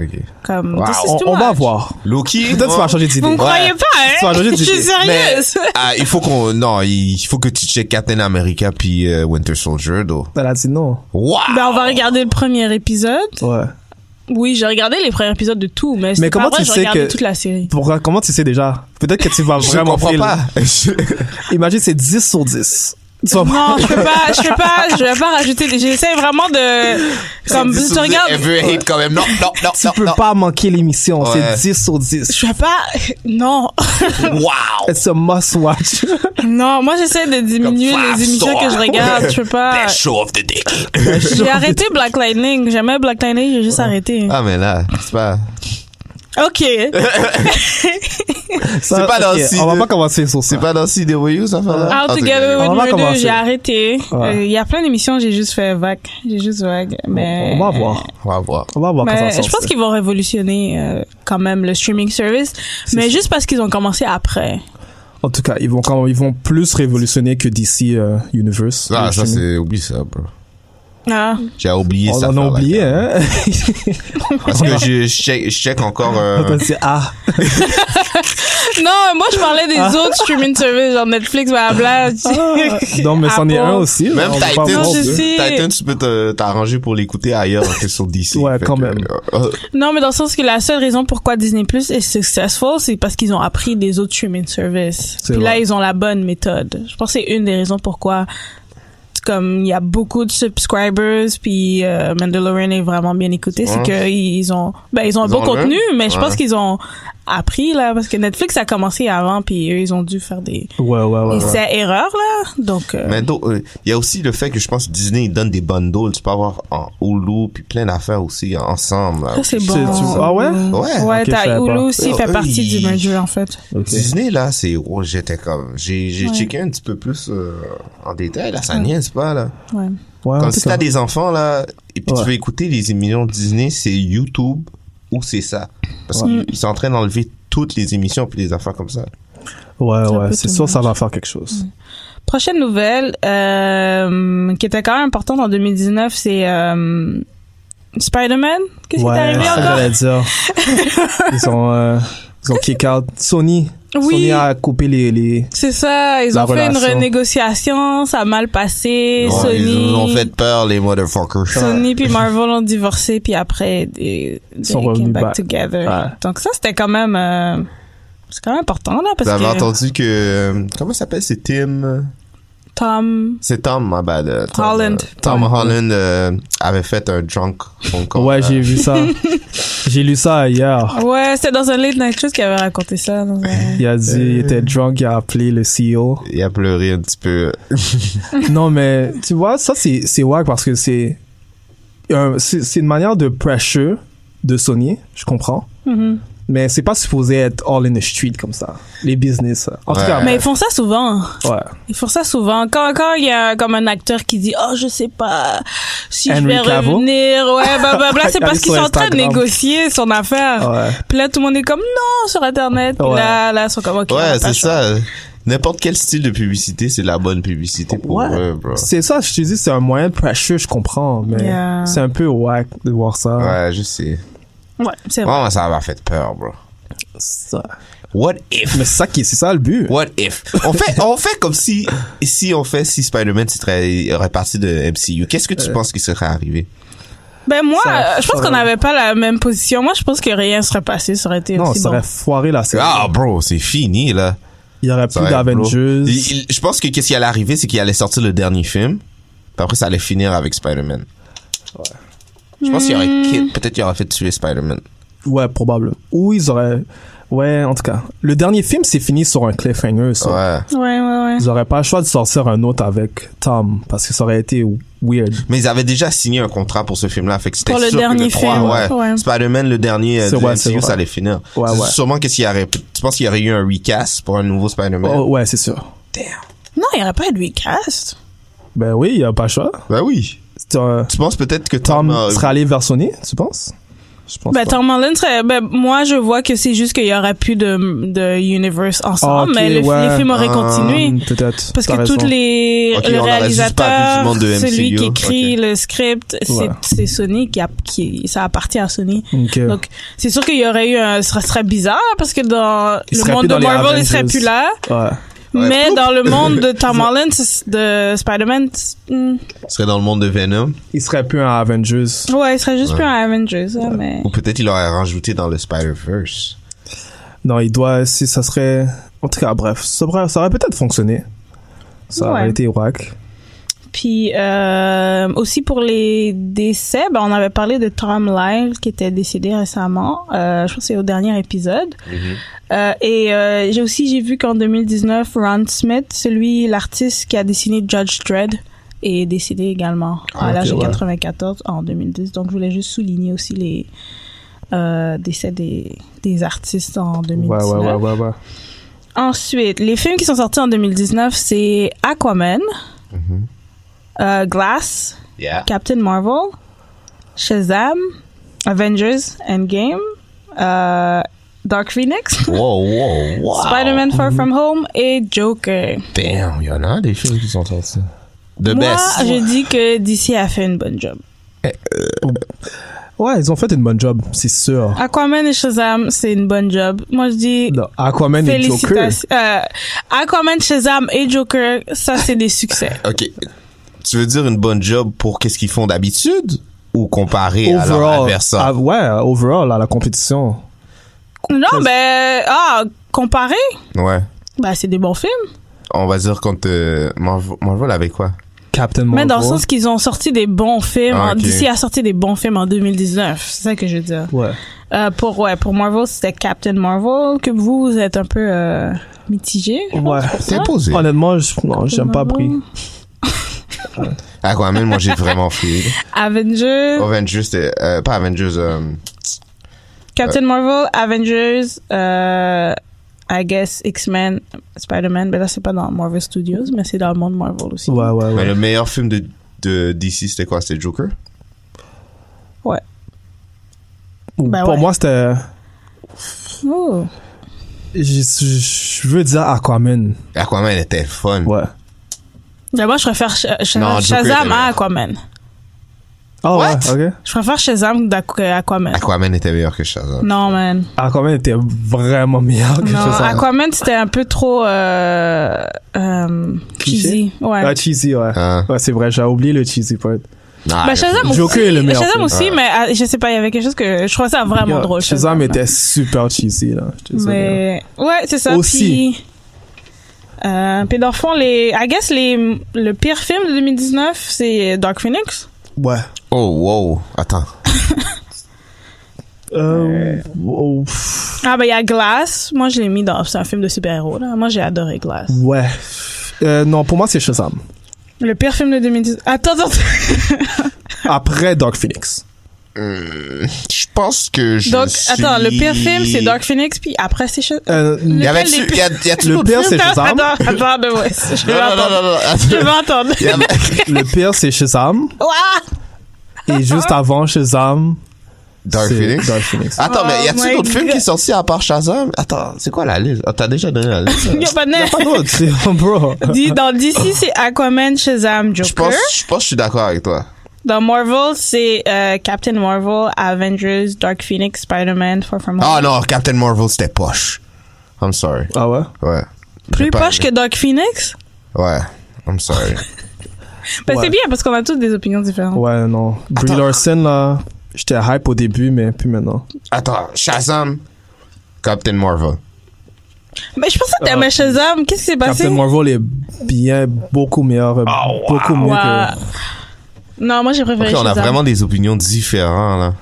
Speaker 5: Ok.
Speaker 6: Comme
Speaker 5: Wow.
Speaker 6: this is
Speaker 4: on,
Speaker 6: too
Speaker 4: on va
Speaker 6: much.
Speaker 4: voir.
Speaker 5: Loki.
Speaker 4: Peut-être que tu vas changer d'idée.
Speaker 6: Vous me croyez
Speaker 4: Tu
Speaker 6: pas
Speaker 4: vas
Speaker 6: hein
Speaker 4: changer
Speaker 6: Je suis
Speaker 4: d'idée.
Speaker 5: Mais,
Speaker 6: sérieuse.
Speaker 5: ah, il faut qu'on, non, il faut que tu checkes Captain America puis euh, Winter Soldier, though.
Speaker 4: T'as là dit non.
Speaker 5: Wow!
Speaker 6: Ben on va regarder le premier épisode.
Speaker 4: Ouais.
Speaker 6: Oui, j'ai regardé les premiers épisodes de tout, mais, c'est
Speaker 4: comment
Speaker 6: pas vrai,
Speaker 4: tu
Speaker 6: je
Speaker 4: sais
Speaker 6: regardais
Speaker 4: que-
Speaker 6: toute la série.
Speaker 4: Pourquoi, comment tu sais déjà? Peut-être que tu vas
Speaker 5: je
Speaker 4: vraiment
Speaker 5: comprends
Speaker 4: feel.
Speaker 5: pas.
Speaker 4: Imagine, c'est 10 sur 10. Tu vas
Speaker 6: Non, je peux pas, je peux pas, je vais pas rajouter. des- J'essaie vraiment de comme
Speaker 5: Dis-
Speaker 6: tu regardes.
Speaker 5: Elle veut hate quand même. Non, non, non,
Speaker 4: tu
Speaker 5: non,
Speaker 4: peux
Speaker 5: non.
Speaker 4: pas manquer l'émission.
Speaker 5: Ouais.
Speaker 4: C'est 10 sur 10.
Speaker 6: Je vais pas. Non,
Speaker 5: Wow!
Speaker 4: It's a must watch.
Speaker 6: non. Moi, j'essaie de diminuer
Speaker 5: Comme five
Speaker 6: les émissions
Speaker 5: star.
Speaker 6: que je regarde. Je peux pas.
Speaker 5: Best show of the decade.
Speaker 6: J'ai arrêté Black Lightning. J'aimais Black Lightning, j'ai juste arrêté.
Speaker 5: Ah, mais là, c'est pas.
Speaker 4: Ah.
Speaker 6: Ok.
Speaker 4: Ça,
Speaker 5: pas dans
Speaker 4: ok,
Speaker 5: le
Speaker 4: On va
Speaker 5: site.
Speaker 4: pas commencer sur ça.
Speaker 5: C'est pas dans CW, ça, fait là?
Speaker 6: How to Get
Speaker 5: Together.
Speaker 6: Away
Speaker 4: On va
Speaker 6: with Murder,
Speaker 4: commencer.
Speaker 6: j'ai arrêté. Euh, Il
Speaker 4: Ouais.
Speaker 6: y a plein d'émissions, j'ai juste fait vague. J'ai juste vague. Mais...
Speaker 4: On va voir.
Speaker 5: On va voir.
Speaker 4: On va voir
Speaker 6: Mais
Speaker 4: quand ça
Speaker 6: je pense
Speaker 4: sort.
Speaker 6: qu'ils vont révolutionner euh, quand même le streaming service, mais juste parce qu'ils ont commencé après.
Speaker 4: En tout cas, ils vont quand ils vont plus révolutionner que DC euh, Universe.
Speaker 5: Ah,
Speaker 4: Le
Speaker 5: ça,
Speaker 4: streaming.
Speaker 5: c'est, oublie ça, bro.
Speaker 6: Ah.
Speaker 5: J'ai oublié
Speaker 4: On
Speaker 5: ça.
Speaker 4: en a oublié, hein.
Speaker 5: Parce que je, je check, je check encore, euh,
Speaker 4: Attends, c'est- ah.
Speaker 6: Non, moi je parlais des autres streaming services, genre Netflix, blabla.
Speaker 4: Non, mais c'en est
Speaker 6: Apple.
Speaker 4: un aussi.
Speaker 5: Ah Même
Speaker 4: on va pas
Speaker 5: Titan,
Speaker 6: Non,
Speaker 4: voir
Speaker 6: je
Speaker 5: tu-
Speaker 4: deux.
Speaker 6: sais.
Speaker 5: Titan, tu peux te- t'arranger pour l'écouter ailleurs que sur DC.
Speaker 4: Ouais, quand
Speaker 5: que,
Speaker 4: même.
Speaker 5: euh,
Speaker 6: Non, mais dans le sens que la seule raison pourquoi Disney Plus est successful, c'est parce qu'ils ont appris des autres streaming services.
Speaker 4: C'est
Speaker 6: Puis là,
Speaker 4: vrai.
Speaker 6: ils ont la bonne méthode. Je pense que c'est une des raisons pourquoi, comme il y a beaucoup de subscribers, puis euh, Mandalorian est vraiment bien écouté, c'est
Speaker 5: Ouais.
Speaker 6: que ils ont, ben ils ont un
Speaker 5: Ils
Speaker 6: bon
Speaker 5: ont
Speaker 6: contenu, mais je
Speaker 5: Ouais.
Speaker 6: pense qu'ils ont appris là, parce que Netflix a commencé avant, puis eux ils ont dû faire des
Speaker 4: Ouais, ouais, ouais. ouais.
Speaker 6: essais erreurs là, donc. euh,
Speaker 5: Mais do- euh, il y a aussi le fait que je pense que Disney ils donnent des bundles, tu peux avoir en Hulu puis plein d'affaires aussi en- ensemble. là.
Speaker 6: ça c'est
Speaker 4: C'est-
Speaker 6: bon.
Speaker 4: tu- ah ouais?
Speaker 5: Ouais.
Speaker 6: Ouais,
Speaker 4: Ok, je savais
Speaker 6: t'as
Speaker 4: pas.
Speaker 6: Hulu aussi
Speaker 5: Oh,
Speaker 6: fait
Speaker 5: eux,
Speaker 6: partie
Speaker 5: ils-
Speaker 6: du merger en fait.
Speaker 5: Disney là, c'est oh, j'étais comme j'ai j'ai
Speaker 6: Ouais.
Speaker 5: checké un petit peu plus euh, en détail là, ça niaise pas là.
Speaker 6: Ouais.
Speaker 4: Ouais, en
Speaker 5: Comme
Speaker 4: tout
Speaker 5: si t'as
Speaker 4: cas.
Speaker 5: des enfants là et puis
Speaker 4: Ouais.
Speaker 5: tu veux écouter les émissions de Disney, c'est YouTube ou c'est ça parce qu'ils sont en train d'enlever toutes les émissions puis les affaires comme ça.
Speaker 4: Ouais, ouais.
Speaker 6: peu
Speaker 4: C'est
Speaker 6: tout
Speaker 4: sûr,
Speaker 6: le
Speaker 4: ça va faire quelque chose.
Speaker 6: Prochaine nouvelle, euh, qui était quand même importante en 2019, c'est euh, Spider-Man. Qu'est-ce qui
Speaker 4: ouais,
Speaker 6: est
Speaker 4: c'est
Speaker 6: arrivé
Speaker 4: ça que
Speaker 6: encore?
Speaker 4: j'allais dire. Ils ont, euh, ils ont kick out Sony.
Speaker 6: Oui.
Speaker 4: Sony a coupé les, les,
Speaker 6: C'est ça, ils
Speaker 4: La
Speaker 6: ont fait
Speaker 4: relation.
Speaker 6: une renégociation, ça a mal passé.
Speaker 5: Ouais,
Speaker 6: Sony,
Speaker 5: Ils nous ont fait peur les motherfuckers.
Speaker 6: Sony puis Marvel ont divorcé, puis après, they, they
Speaker 4: sont revenus
Speaker 6: came back,
Speaker 4: back.
Speaker 6: together.
Speaker 4: Ouais.
Speaker 6: Donc ça, c'était quand même... euh, c'est quand même important, là, parce
Speaker 5: Vous avez
Speaker 6: que
Speaker 5: entendu que euh, comment ça s'appelle c'est Tim
Speaker 6: Tom...
Speaker 5: C'est Tom, ma bad. euh, Tom,
Speaker 6: Holland.
Speaker 5: euh, Tom Holland euh, avait fait un drunk phone call.
Speaker 4: Ouais,
Speaker 5: euh,
Speaker 4: j'ai vu ça. j'ai lu ça hier.
Speaker 6: Ouais, c'était dans un late night show qu'il avait raconté ça. dans un-
Speaker 4: Il a dit, il
Speaker 5: Euh.
Speaker 4: était drunk, il a appelé le CEO.
Speaker 5: Il a pleuré un petit peu.
Speaker 4: non, mais tu vois, ça, c'est, c'est wack parce que c'est, un- c'est, c'est une manière de pressure de Sony, je comprends.
Speaker 6: Mhm.
Speaker 4: Mais c'est pas supposé être all in the street comme ça. Les business. En tout
Speaker 5: Ouais.
Speaker 4: cas,
Speaker 6: Mais ils font ça souvent.
Speaker 4: ouais.
Speaker 6: Ils font ça souvent. Quand, quand il y a comme un acteur qui dit, oh, je sais pas si je
Speaker 4: Henry
Speaker 6: vais
Speaker 4: Cavill.
Speaker 6: revenir, ouais, blablabla, c'est
Speaker 4: Allez
Speaker 6: parce
Speaker 4: sur
Speaker 6: qu'ils sont en train de
Speaker 4: Instagram.
Speaker 6: négocier son affaire.
Speaker 4: Ouais.
Speaker 6: Puis là, tout le monde est comme, non, sur Internet. Puis
Speaker 4: Ouais.
Speaker 6: là, là, ils sont comme, ok. on va
Speaker 5: Ouais,
Speaker 6: pas
Speaker 5: c'est
Speaker 6: faire.
Speaker 5: ça. N'importe quel style de publicité, c'est la bonne publicité pour
Speaker 4: Ouais.
Speaker 5: eux, bro.
Speaker 4: C'est ça, je te dis, c'est un moyen de pressure, je comprends, mais
Speaker 6: Yeah.
Speaker 4: c'est un peu wack de voir ça.
Speaker 5: Ouais, je sais.
Speaker 6: Ouais, c'est vrai.
Speaker 5: Vraiment, ça m'a fait peur, bro.
Speaker 4: Ça.
Speaker 5: What if?
Speaker 4: Mais c'est ça qui, c'est ça le but.
Speaker 5: What if? On fait, on fait comme si, si on fait, si Spider-Man serait, aurait parti de MCU. Qu'est-ce que
Speaker 4: Euh.
Speaker 5: tu penses qui serait arrivé?
Speaker 6: Ben, moi,
Speaker 4: Ça-
Speaker 6: euh, je pense
Speaker 4: ça-
Speaker 6: qu'on n'avait pas la même position. Moi, je pense que rien serait passé. Ça aurait été
Speaker 4: Non,
Speaker 6: aussi
Speaker 4: ça
Speaker 6: bon.
Speaker 4: aurait foiré la série.
Speaker 5: Ah, bro, c'est fini, là.
Speaker 4: Il y aurait
Speaker 5: Ça
Speaker 4: plus
Speaker 5: va être
Speaker 4: d'Avengers.
Speaker 5: lourd. Il- il- Je pense que qu'est-ce qui allait arriver, c'est qu'il allait sortir le dernier film. Puis après, ça allait finir avec Spider-Man.
Speaker 6: Hmm.
Speaker 5: Je pense qu'il y aurait kid- peut-être qu'il aurait fait tuer Spider-Man.
Speaker 4: Ouais, probable. Ou ils auraient Ouais, en tout cas. Le dernier film s'est fini sur un cliffhanger, ça.
Speaker 5: Ouais.
Speaker 6: Ouais, ouais, ouais.
Speaker 4: Ils auraient pas le choix de sortir un autre avec Tom, parce que ça aurait été weird.
Speaker 5: Mais ils avaient déjà signé un contrat pour ce film-là, fait que c'était
Speaker 6: Pour le
Speaker 5: sûr que
Speaker 6: dernier
Speaker 5: le 3,
Speaker 6: film,
Speaker 5: ouais.
Speaker 6: ouais.
Speaker 5: Spider-Man, le dernier euh,
Speaker 4: C'est
Speaker 5: du
Speaker 4: vrai, c'est
Speaker 5: MCU,
Speaker 4: vrai.
Speaker 5: ça allait finir.
Speaker 4: Ouais,
Speaker 5: C'est
Speaker 4: ouais.
Speaker 5: Sûrement qu'est-ce qu'il y aurait, tu penses qu'il y aurait eu un recast pour un nouveau Spider-Man?
Speaker 4: Oh, ouais, c'est sûr.
Speaker 6: Non, il n'y aurait pas de recast.
Speaker 4: Ben oui, il y a pas le choix.
Speaker 5: Ben oui.
Speaker 4: C'est un-
Speaker 5: Tu penses peut-être que Tom, euh,
Speaker 4: Tom
Speaker 5: a-
Speaker 4: serait allé vers Sony, tu penses? Je pense
Speaker 6: Ben,
Speaker 4: pas.
Speaker 6: Tom Holland serait, ben, moi, je vois que c'est juste qu'il y aura plus de, de universe
Speaker 4: Ah,
Speaker 6: ensemble,
Speaker 4: ok,
Speaker 6: mais le,
Speaker 4: ouais.
Speaker 6: les films auraient
Speaker 5: Ah,
Speaker 6: continué.
Speaker 4: Hmm, Peut-être.
Speaker 6: Parce
Speaker 4: T'as
Speaker 6: que toutes
Speaker 4: raison.
Speaker 6: les
Speaker 5: Ok,
Speaker 6: le
Speaker 5: on aurait juste pas vu du
Speaker 6: réalisateur,
Speaker 5: monde de
Speaker 6: celui
Speaker 5: MCU,
Speaker 6: qui écrit le script, c'est-
Speaker 4: Ouais.
Speaker 6: c'est Sony qui, a, qui ça appartient à Sony.
Speaker 4: Ok.
Speaker 6: Donc c'est sûr qu'il y aurait eu un ce serait bizarre parce que dans
Speaker 4: Il
Speaker 6: le
Speaker 4: serait
Speaker 6: monde
Speaker 4: plus
Speaker 6: de
Speaker 4: dans les
Speaker 6: Marvel, il
Speaker 4: Avengers.
Speaker 6: serait plus là,
Speaker 4: Ouais.
Speaker 5: Ouais.
Speaker 6: mais dans le monde de Tom Holland c'est- de Spider-Man, c'est- hmm.
Speaker 5: serait dans le monde de Venom,
Speaker 4: Il serait plus un Avengers.
Speaker 6: ouais, il serait juste
Speaker 5: Ouais.
Speaker 6: plus un Avengers hein, mais
Speaker 5: ou peut-être il l'aurait rajouté dans le Spider-Verse.
Speaker 4: Non, il doit, si ça serait, en tout cas, bref, ça aurait, ça aurait peut-être fonctionné. Ça aurait
Speaker 6: Ouais.
Speaker 4: été wack.
Speaker 6: Puis euh, aussi pour les décès, ben, on avait parlé de Tom Lyle qui était décédé récemment. Euh, je pense que c'est au dernier épisode.
Speaker 4: Mhm.
Speaker 6: Euh, et euh, j'ai aussi j'ai vu qu'en 2019, Ron Smith, celui l'artiste qui a dessiné Judge Dredd, est décédé également à
Speaker 4: Ah, ok,
Speaker 6: l'âge de
Speaker 4: ouais.
Speaker 6: 94 en 2010. Donc je voulais juste souligner aussi les euh, décès des, des artistes en 2019.
Speaker 4: ouais, ouais.
Speaker 6: Ensuite, les films qui sont sortis en 2019, c'est Aquaman, euh, Glass,
Speaker 5: Mm-hmm. Yeah.
Speaker 6: Captain Marvel, Shazam, Avengers Endgame, euh, Dark Phoenix,
Speaker 4: Oh,
Speaker 5: Wow, wow, wow.
Speaker 6: Spider-Man Far From Home et Joker.
Speaker 5: Damn, il y en a des films qui sont sortis. The
Speaker 6: Moi,
Speaker 5: best.
Speaker 6: je dis que DC a fait une bonne job.
Speaker 4: Ouais, ils ont fait une bonne job, c'est sûr.
Speaker 6: Aquaman et Shazam, c'est une bonne job. Moi, je dis
Speaker 4: Non, Aquaman et Joker.
Speaker 6: félicitations. Euh, Aquaman, Shazam et Joker, ça, c'est des succès.
Speaker 5: Ok. Tu veux dire une bonne job pour qu'est-ce qu'ils font d'habitude ou comparé à leur
Speaker 4: Overall,
Speaker 5: adversaire?
Speaker 4: ah, ouais, overall, à la compétition.
Speaker 6: non, mais, ah, comparé,
Speaker 5: Ouais.
Speaker 6: bah, c'est des bons films.
Speaker 5: On va dire quand euh, Marvel, Marvel avait quoi?
Speaker 4: Captain Marvel.
Speaker 6: Mais dans le sens qu'ils ont sorti des bons films.
Speaker 5: Ah, ok.
Speaker 6: DC a sorti des bons films en 2019. C'est ça que je veux dire.
Speaker 4: Ouais.
Speaker 6: Euh, pour, ouais, pour Marvel, c'était Captain Marvel, que vous, vous êtes un peu euh, mitigé. je pense,
Speaker 4: Ouais.
Speaker 6: pour
Speaker 5: C'est
Speaker 6: ça.
Speaker 5: posé.
Speaker 4: Honnêtement, je, non, j'aime pas Brie.
Speaker 5: Aquaman, Ah, moi j'ai vraiment fui.
Speaker 6: Avengers,
Speaker 5: Avengers, c'était, euh, pas Avengers, euh,
Speaker 6: Captain Marvel, Avengers, euh, I guess X-Men, Spider-Man. Mais là, c'est pas dans Marvel Studios, mais c'est dans le monde Marvel aussi.
Speaker 4: Ouais, ouais,
Speaker 5: mais
Speaker 4: ouais.
Speaker 5: le meilleur film de, de DC, c'était quoi? C'était Joker?
Speaker 6: Ben
Speaker 4: Pour
Speaker 6: ouais.
Speaker 4: moi, c'était,
Speaker 6: Oh.
Speaker 4: je, je- je veux dire Aquaman.
Speaker 5: Aquaman était fun.
Speaker 4: Ouais.
Speaker 6: Mais moi, je préfère Sh- Sh-
Speaker 5: Non, Joker était
Speaker 6: Shazam
Speaker 5: meilleur.
Speaker 6: à Aquaman.
Speaker 4: Ah
Speaker 5: What?
Speaker 4: ouais, ok.
Speaker 6: Je préfère Shazam qu'Aquaman.
Speaker 5: Aquaman était meilleur que Shazam.
Speaker 6: Non, man.
Speaker 4: Aquaman était vraiment meilleur que
Speaker 6: Non,
Speaker 4: Shazam.
Speaker 6: Aquaman, c'était un peu trop euh, euh,
Speaker 4: Cliché?
Speaker 6: cheesy. Ouais.
Speaker 4: Ah, cheesy, ouais.
Speaker 5: Hein?
Speaker 4: Ouais, c'est vrai, j'ai oublié le cheesy part.
Speaker 5: Ah,
Speaker 6: Bah, Shazam aussi,
Speaker 4: Joker est le meilleur
Speaker 6: Shazam
Speaker 4: film.
Speaker 6: aussi mais ah, je sais pas, il y avait quelque chose que je trouvais ça vraiment
Speaker 4: Yeah,
Speaker 6: Ah, drôle.
Speaker 4: Shazam
Speaker 6: là.
Speaker 4: était super cheesy, là. Je suis désolé, là.
Speaker 6: Mais ouais, c'est ça.
Speaker 4: Aussi.
Speaker 6: Puis, euh, puis dans le fond, les, I guess les, le pire film de 2019, c'est Dark Phoenix.
Speaker 4: Ouais.
Speaker 5: Oh, wow. Attends.
Speaker 4: Euh, oh, pff,
Speaker 6: Ah ben il y a Glass. Moi je l'ai mis dans, c'est un film de super-héros là. Moi j'ai adoré Glass.
Speaker 4: ouais. Euh, non, pour moi, c'est Shazam.
Speaker 6: Le pire film de 2019. Attends, attends.
Speaker 4: Après Dark Phoenix.
Speaker 5: Hmm, je pense que je
Speaker 6: Donc
Speaker 5: suis...
Speaker 6: attends, le pire film c'est Dark Phoenix puis après c'est Shazam.
Speaker 4: Euh,
Speaker 5: Y
Speaker 6: Lequel
Speaker 5: avait-tu-
Speaker 6: des pires-
Speaker 5: y a- y a-tu
Speaker 4: Le
Speaker 5: d'autres
Speaker 4: pire, c'est
Speaker 6: Attends,
Speaker 4: Shazam.
Speaker 6: Attends, attends, de ouais, je vais
Speaker 5: Non, non, non,
Speaker 6: entendre.
Speaker 5: non, non,
Speaker 6: Je vais
Speaker 5: attends.
Speaker 6: entendre.
Speaker 5: Y avait-
Speaker 4: Le pire, c'est Shazam.
Speaker 6: Ouah!
Speaker 4: Et juste avant Shazam,
Speaker 5: Dark
Speaker 4: c'est
Speaker 5: Phoenix. Ah.
Speaker 4: Dark Phoenix.
Speaker 5: Attends, mais y
Speaker 6: Oh my
Speaker 5: a-t-il d'autres films
Speaker 6: God.
Speaker 5: qui sont sortis à part Shazam? Attends, c'est quoi la liste? Ah, t'as déjà donné la liste.
Speaker 6: Y a pas de
Speaker 4: Y a Pas d'autre, Ah, c'est bro.
Speaker 6: Dis- Dans DC, c'est Aquaman, Shazam,
Speaker 5: Je
Speaker 6: Joker.
Speaker 5: pense, je pense que je suis d'accord avec toi.
Speaker 6: Dans Marvel, c'est euh, Captain Marvel, Avengers, Dark Phoenix, Spider-Man, Far From Home.
Speaker 5: Ah non, Captain Marvel, c'était poche. I'm sorry.
Speaker 4: Ah ouais?
Speaker 5: Ouais.
Speaker 6: Plus
Speaker 5: J'ai pas
Speaker 6: poche que
Speaker 5: aimé.
Speaker 6: Dark Phoenix?
Speaker 5: Ouais. I'm sorry.
Speaker 6: Ben,
Speaker 4: Ouais.
Speaker 6: C'est bien parce qu'on a tous des opinions différentes.
Speaker 4: Ouais, non. Brie Larson, là, j'étais hype au début, mais plus maintenant.
Speaker 5: Attends, Shazam, Captain Marvel.
Speaker 6: Mais je pensais que t'aimais Shazam. Qu'est-ce qui s'est passé?
Speaker 4: Ah. Captain Marvel est bien, beaucoup meilleur,
Speaker 5: Ah,
Speaker 4: beaucoup mieux
Speaker 6: Ouais. Non, moi j'ai préféré
Speaker 5: Après, on a
Speaker 6: Shazam.
Speaker 5: vraiment des opinions différentes, là.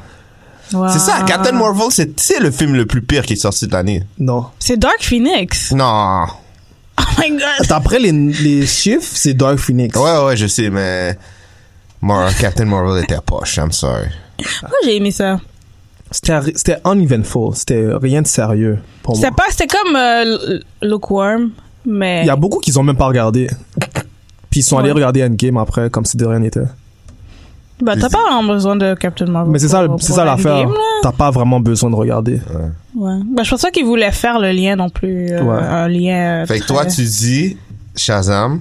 Speaker 6: Wow.
Speaker 5: C'est ça, Captain Marvel, c'est c'est le film le plus pire qui est sorti de l'année.
Speaker 4: Non.
Speaker 6: C'est Dark Phoenix.
Speaker 5: Non.
Speaker 6: Oh my god.
Speaker 4: D'après les, les chiffres, c'est Dark Phoenix.
Speaker 5: Ouais, ouais, je sais, mais. Mar- Captain Marvel était poche, I'm sorry.
Speaker 6: Moi, j'ai aimé ça.
Speaker 4: C'était C'était uneventful. C'était rien de sérieux pour moi.
Speaker 6: C'était pas, c'était comme euh, L- Lukewarm, mais.
Speaker 4: Il y a beaucoup qu'ils ont même pas regardé. Puis ils sont allés
Speaker 6: Ouais.
Speaker 4: regarder Endgame après, comme si de rien n'était.
Speaker 6: Bah, t'as pas vraiment besoin de Captain Marvel.
Speaker 4: Mais c'est ça,
Speaker 6: pour-
Speaker 4: c'est
Speaker 6: pour
Speaker 4: ça
Speaker 6: Endgame,
Speaker 4: l'affaire.
Speaker 6: là.
Speaker 4: T'as pas vraiment besoin de regarder.
Speaker 6: Ouais. Bah, je pense pas qu'ils voulaient faire le lien non plus. euh,
Speaker 4: Ouais.
Speaker 6: Un lien. euh,
Speaker 5: Fait que
Speaker 6: très-
Speaker 5: toi, tu dis Shazam,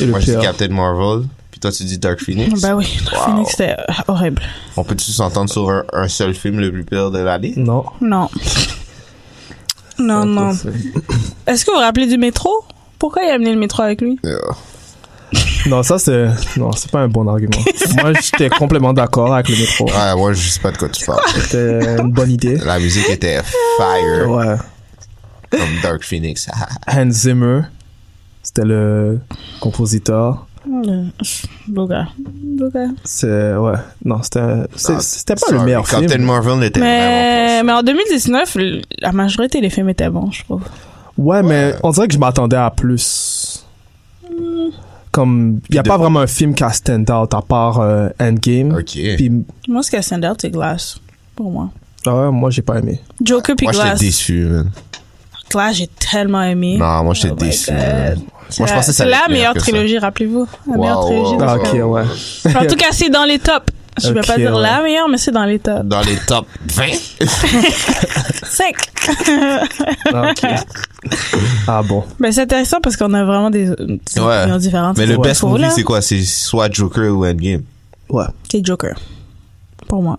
Speaker 4: Et le
Speaker 5: moi je dis
Speaker 4: pire.
Speaker 5: Captain Marvel, puis toi tu dis Dark Phoenix.
Speaker 6: Bah oui, Dark
Speaker 5: Wow.
Speaker 6: Phoenix, c'était euh, horrible.
Speaker 5: On peut-tu s'entendre sur un, un seul film le plus pire de l'année?
Speaker 4: Non.
Speaker 6: Non. non, Oh non. Est-ce que vous vous rappelez du métro? Pourquoi il a amené le métro avec lui?
Speaker 4: Non, ça c'est. Non, c'est pas un bon argument. Moi, j'étais complètement d'accord avec le métro.
Speaker 5: Ouais, moi je sais pas de quoi tu parles.
Speaker 4: C'était une bonne idée.
Speaker 5: La musique était fire
Speaker 4: Ouais.
Speaker 5: comme Dark Phoenix. Ah,
Speaker 4: Hans Zimmer, c'était le compositeur.
Speaker 6: Euh, Beau gars. Beau gars.
Speaker 4: C'est. Ouais. Non, c'était.
Speaker 5: Ah,
Speaker 4: c'est- C'était pas le
Speaker 5: Sorry,
Speaker 4: meilleur
Speaker 5: Captain
Speaker 4: film.
Speaker 5: Marvel n'était vraiment
Speaker 6: Mais, mais en 2019, l- la majorité des films étaient bons, je trouve.
Speaker 4: Ouais, mais on dirait que je m'attendais à plus. Comme. Il a
Speaker 5: de-
Speaker 4: pas vraiment un film qui a stand out à part euh, Endgame.
Speaker 5: pas bon. Ok.
Speaker 4: Puis.
Speaker 6: Moi, ce qui a stand out, c'est Glass, pour moi.
Speaker 4: Ah ouais, moi, j'ai pas aimé.
Speaker 6: Joker puis
Speaker 5: Moi j'étais
Speaker 6: Glass.
Speaker 5: déçu, man.
Speaker 6: Glass, j'ai tellement aimé.
Speaker 5: Non, moi j'étais
Speaker 6: Oh my
Speaker 5: déçu,
Speaker 6: God.
Speaker 5: man. Moi je pensais
Speaker 6: Euh,
Speaker 5: que ça
Speaker 6: C'est
Speaker 5: allait
Speaker 6: la
Speaker 5: être meilleur
Speaker 6: meilleure
Speaker 5: que ça.
Speaker 6: trilogie, rappelez-vous. La
Speaker 5: Wow,
Speaker 6: meilleure trilogie.
Speaker 5: Oh, wow,
Speaker 6: de
Speaker 4: Ah,
Speaker 6: tous
Speaker 4: ok,
Speaker 6: les
Speaker 4: ouais.
Speaker 6: temps. En tout cas, c'est dans les tops. Je vais pas
Speaker 4: Ok,
Speaker 6: dire
Speaker 4: ouais.
Speaker 6: la meilleure, mais c'est dans les tops.
Speaker 5: Dans les top 20?
Speaker 6: Sec.
Speaker 4: Ah, ok. Ah bon.
Speaker 6: Mais Ben, c'est intéressant parce qu'on a vraiment des, des
Speaker 5: Ouais.
Speaker 6: opinions différentes.
Speaker 5: Mais le
Speaker 6: Ouais.
Speaker 5: best
Speaker 6: Pour
Speaker 5: movie
Speaker 6: là,
Speaker 5: c'est quoi? C'est soit Joker ou Endgame.
Speaker 4: Ouais.
Speaker 6: C'est Joker. Pour moi.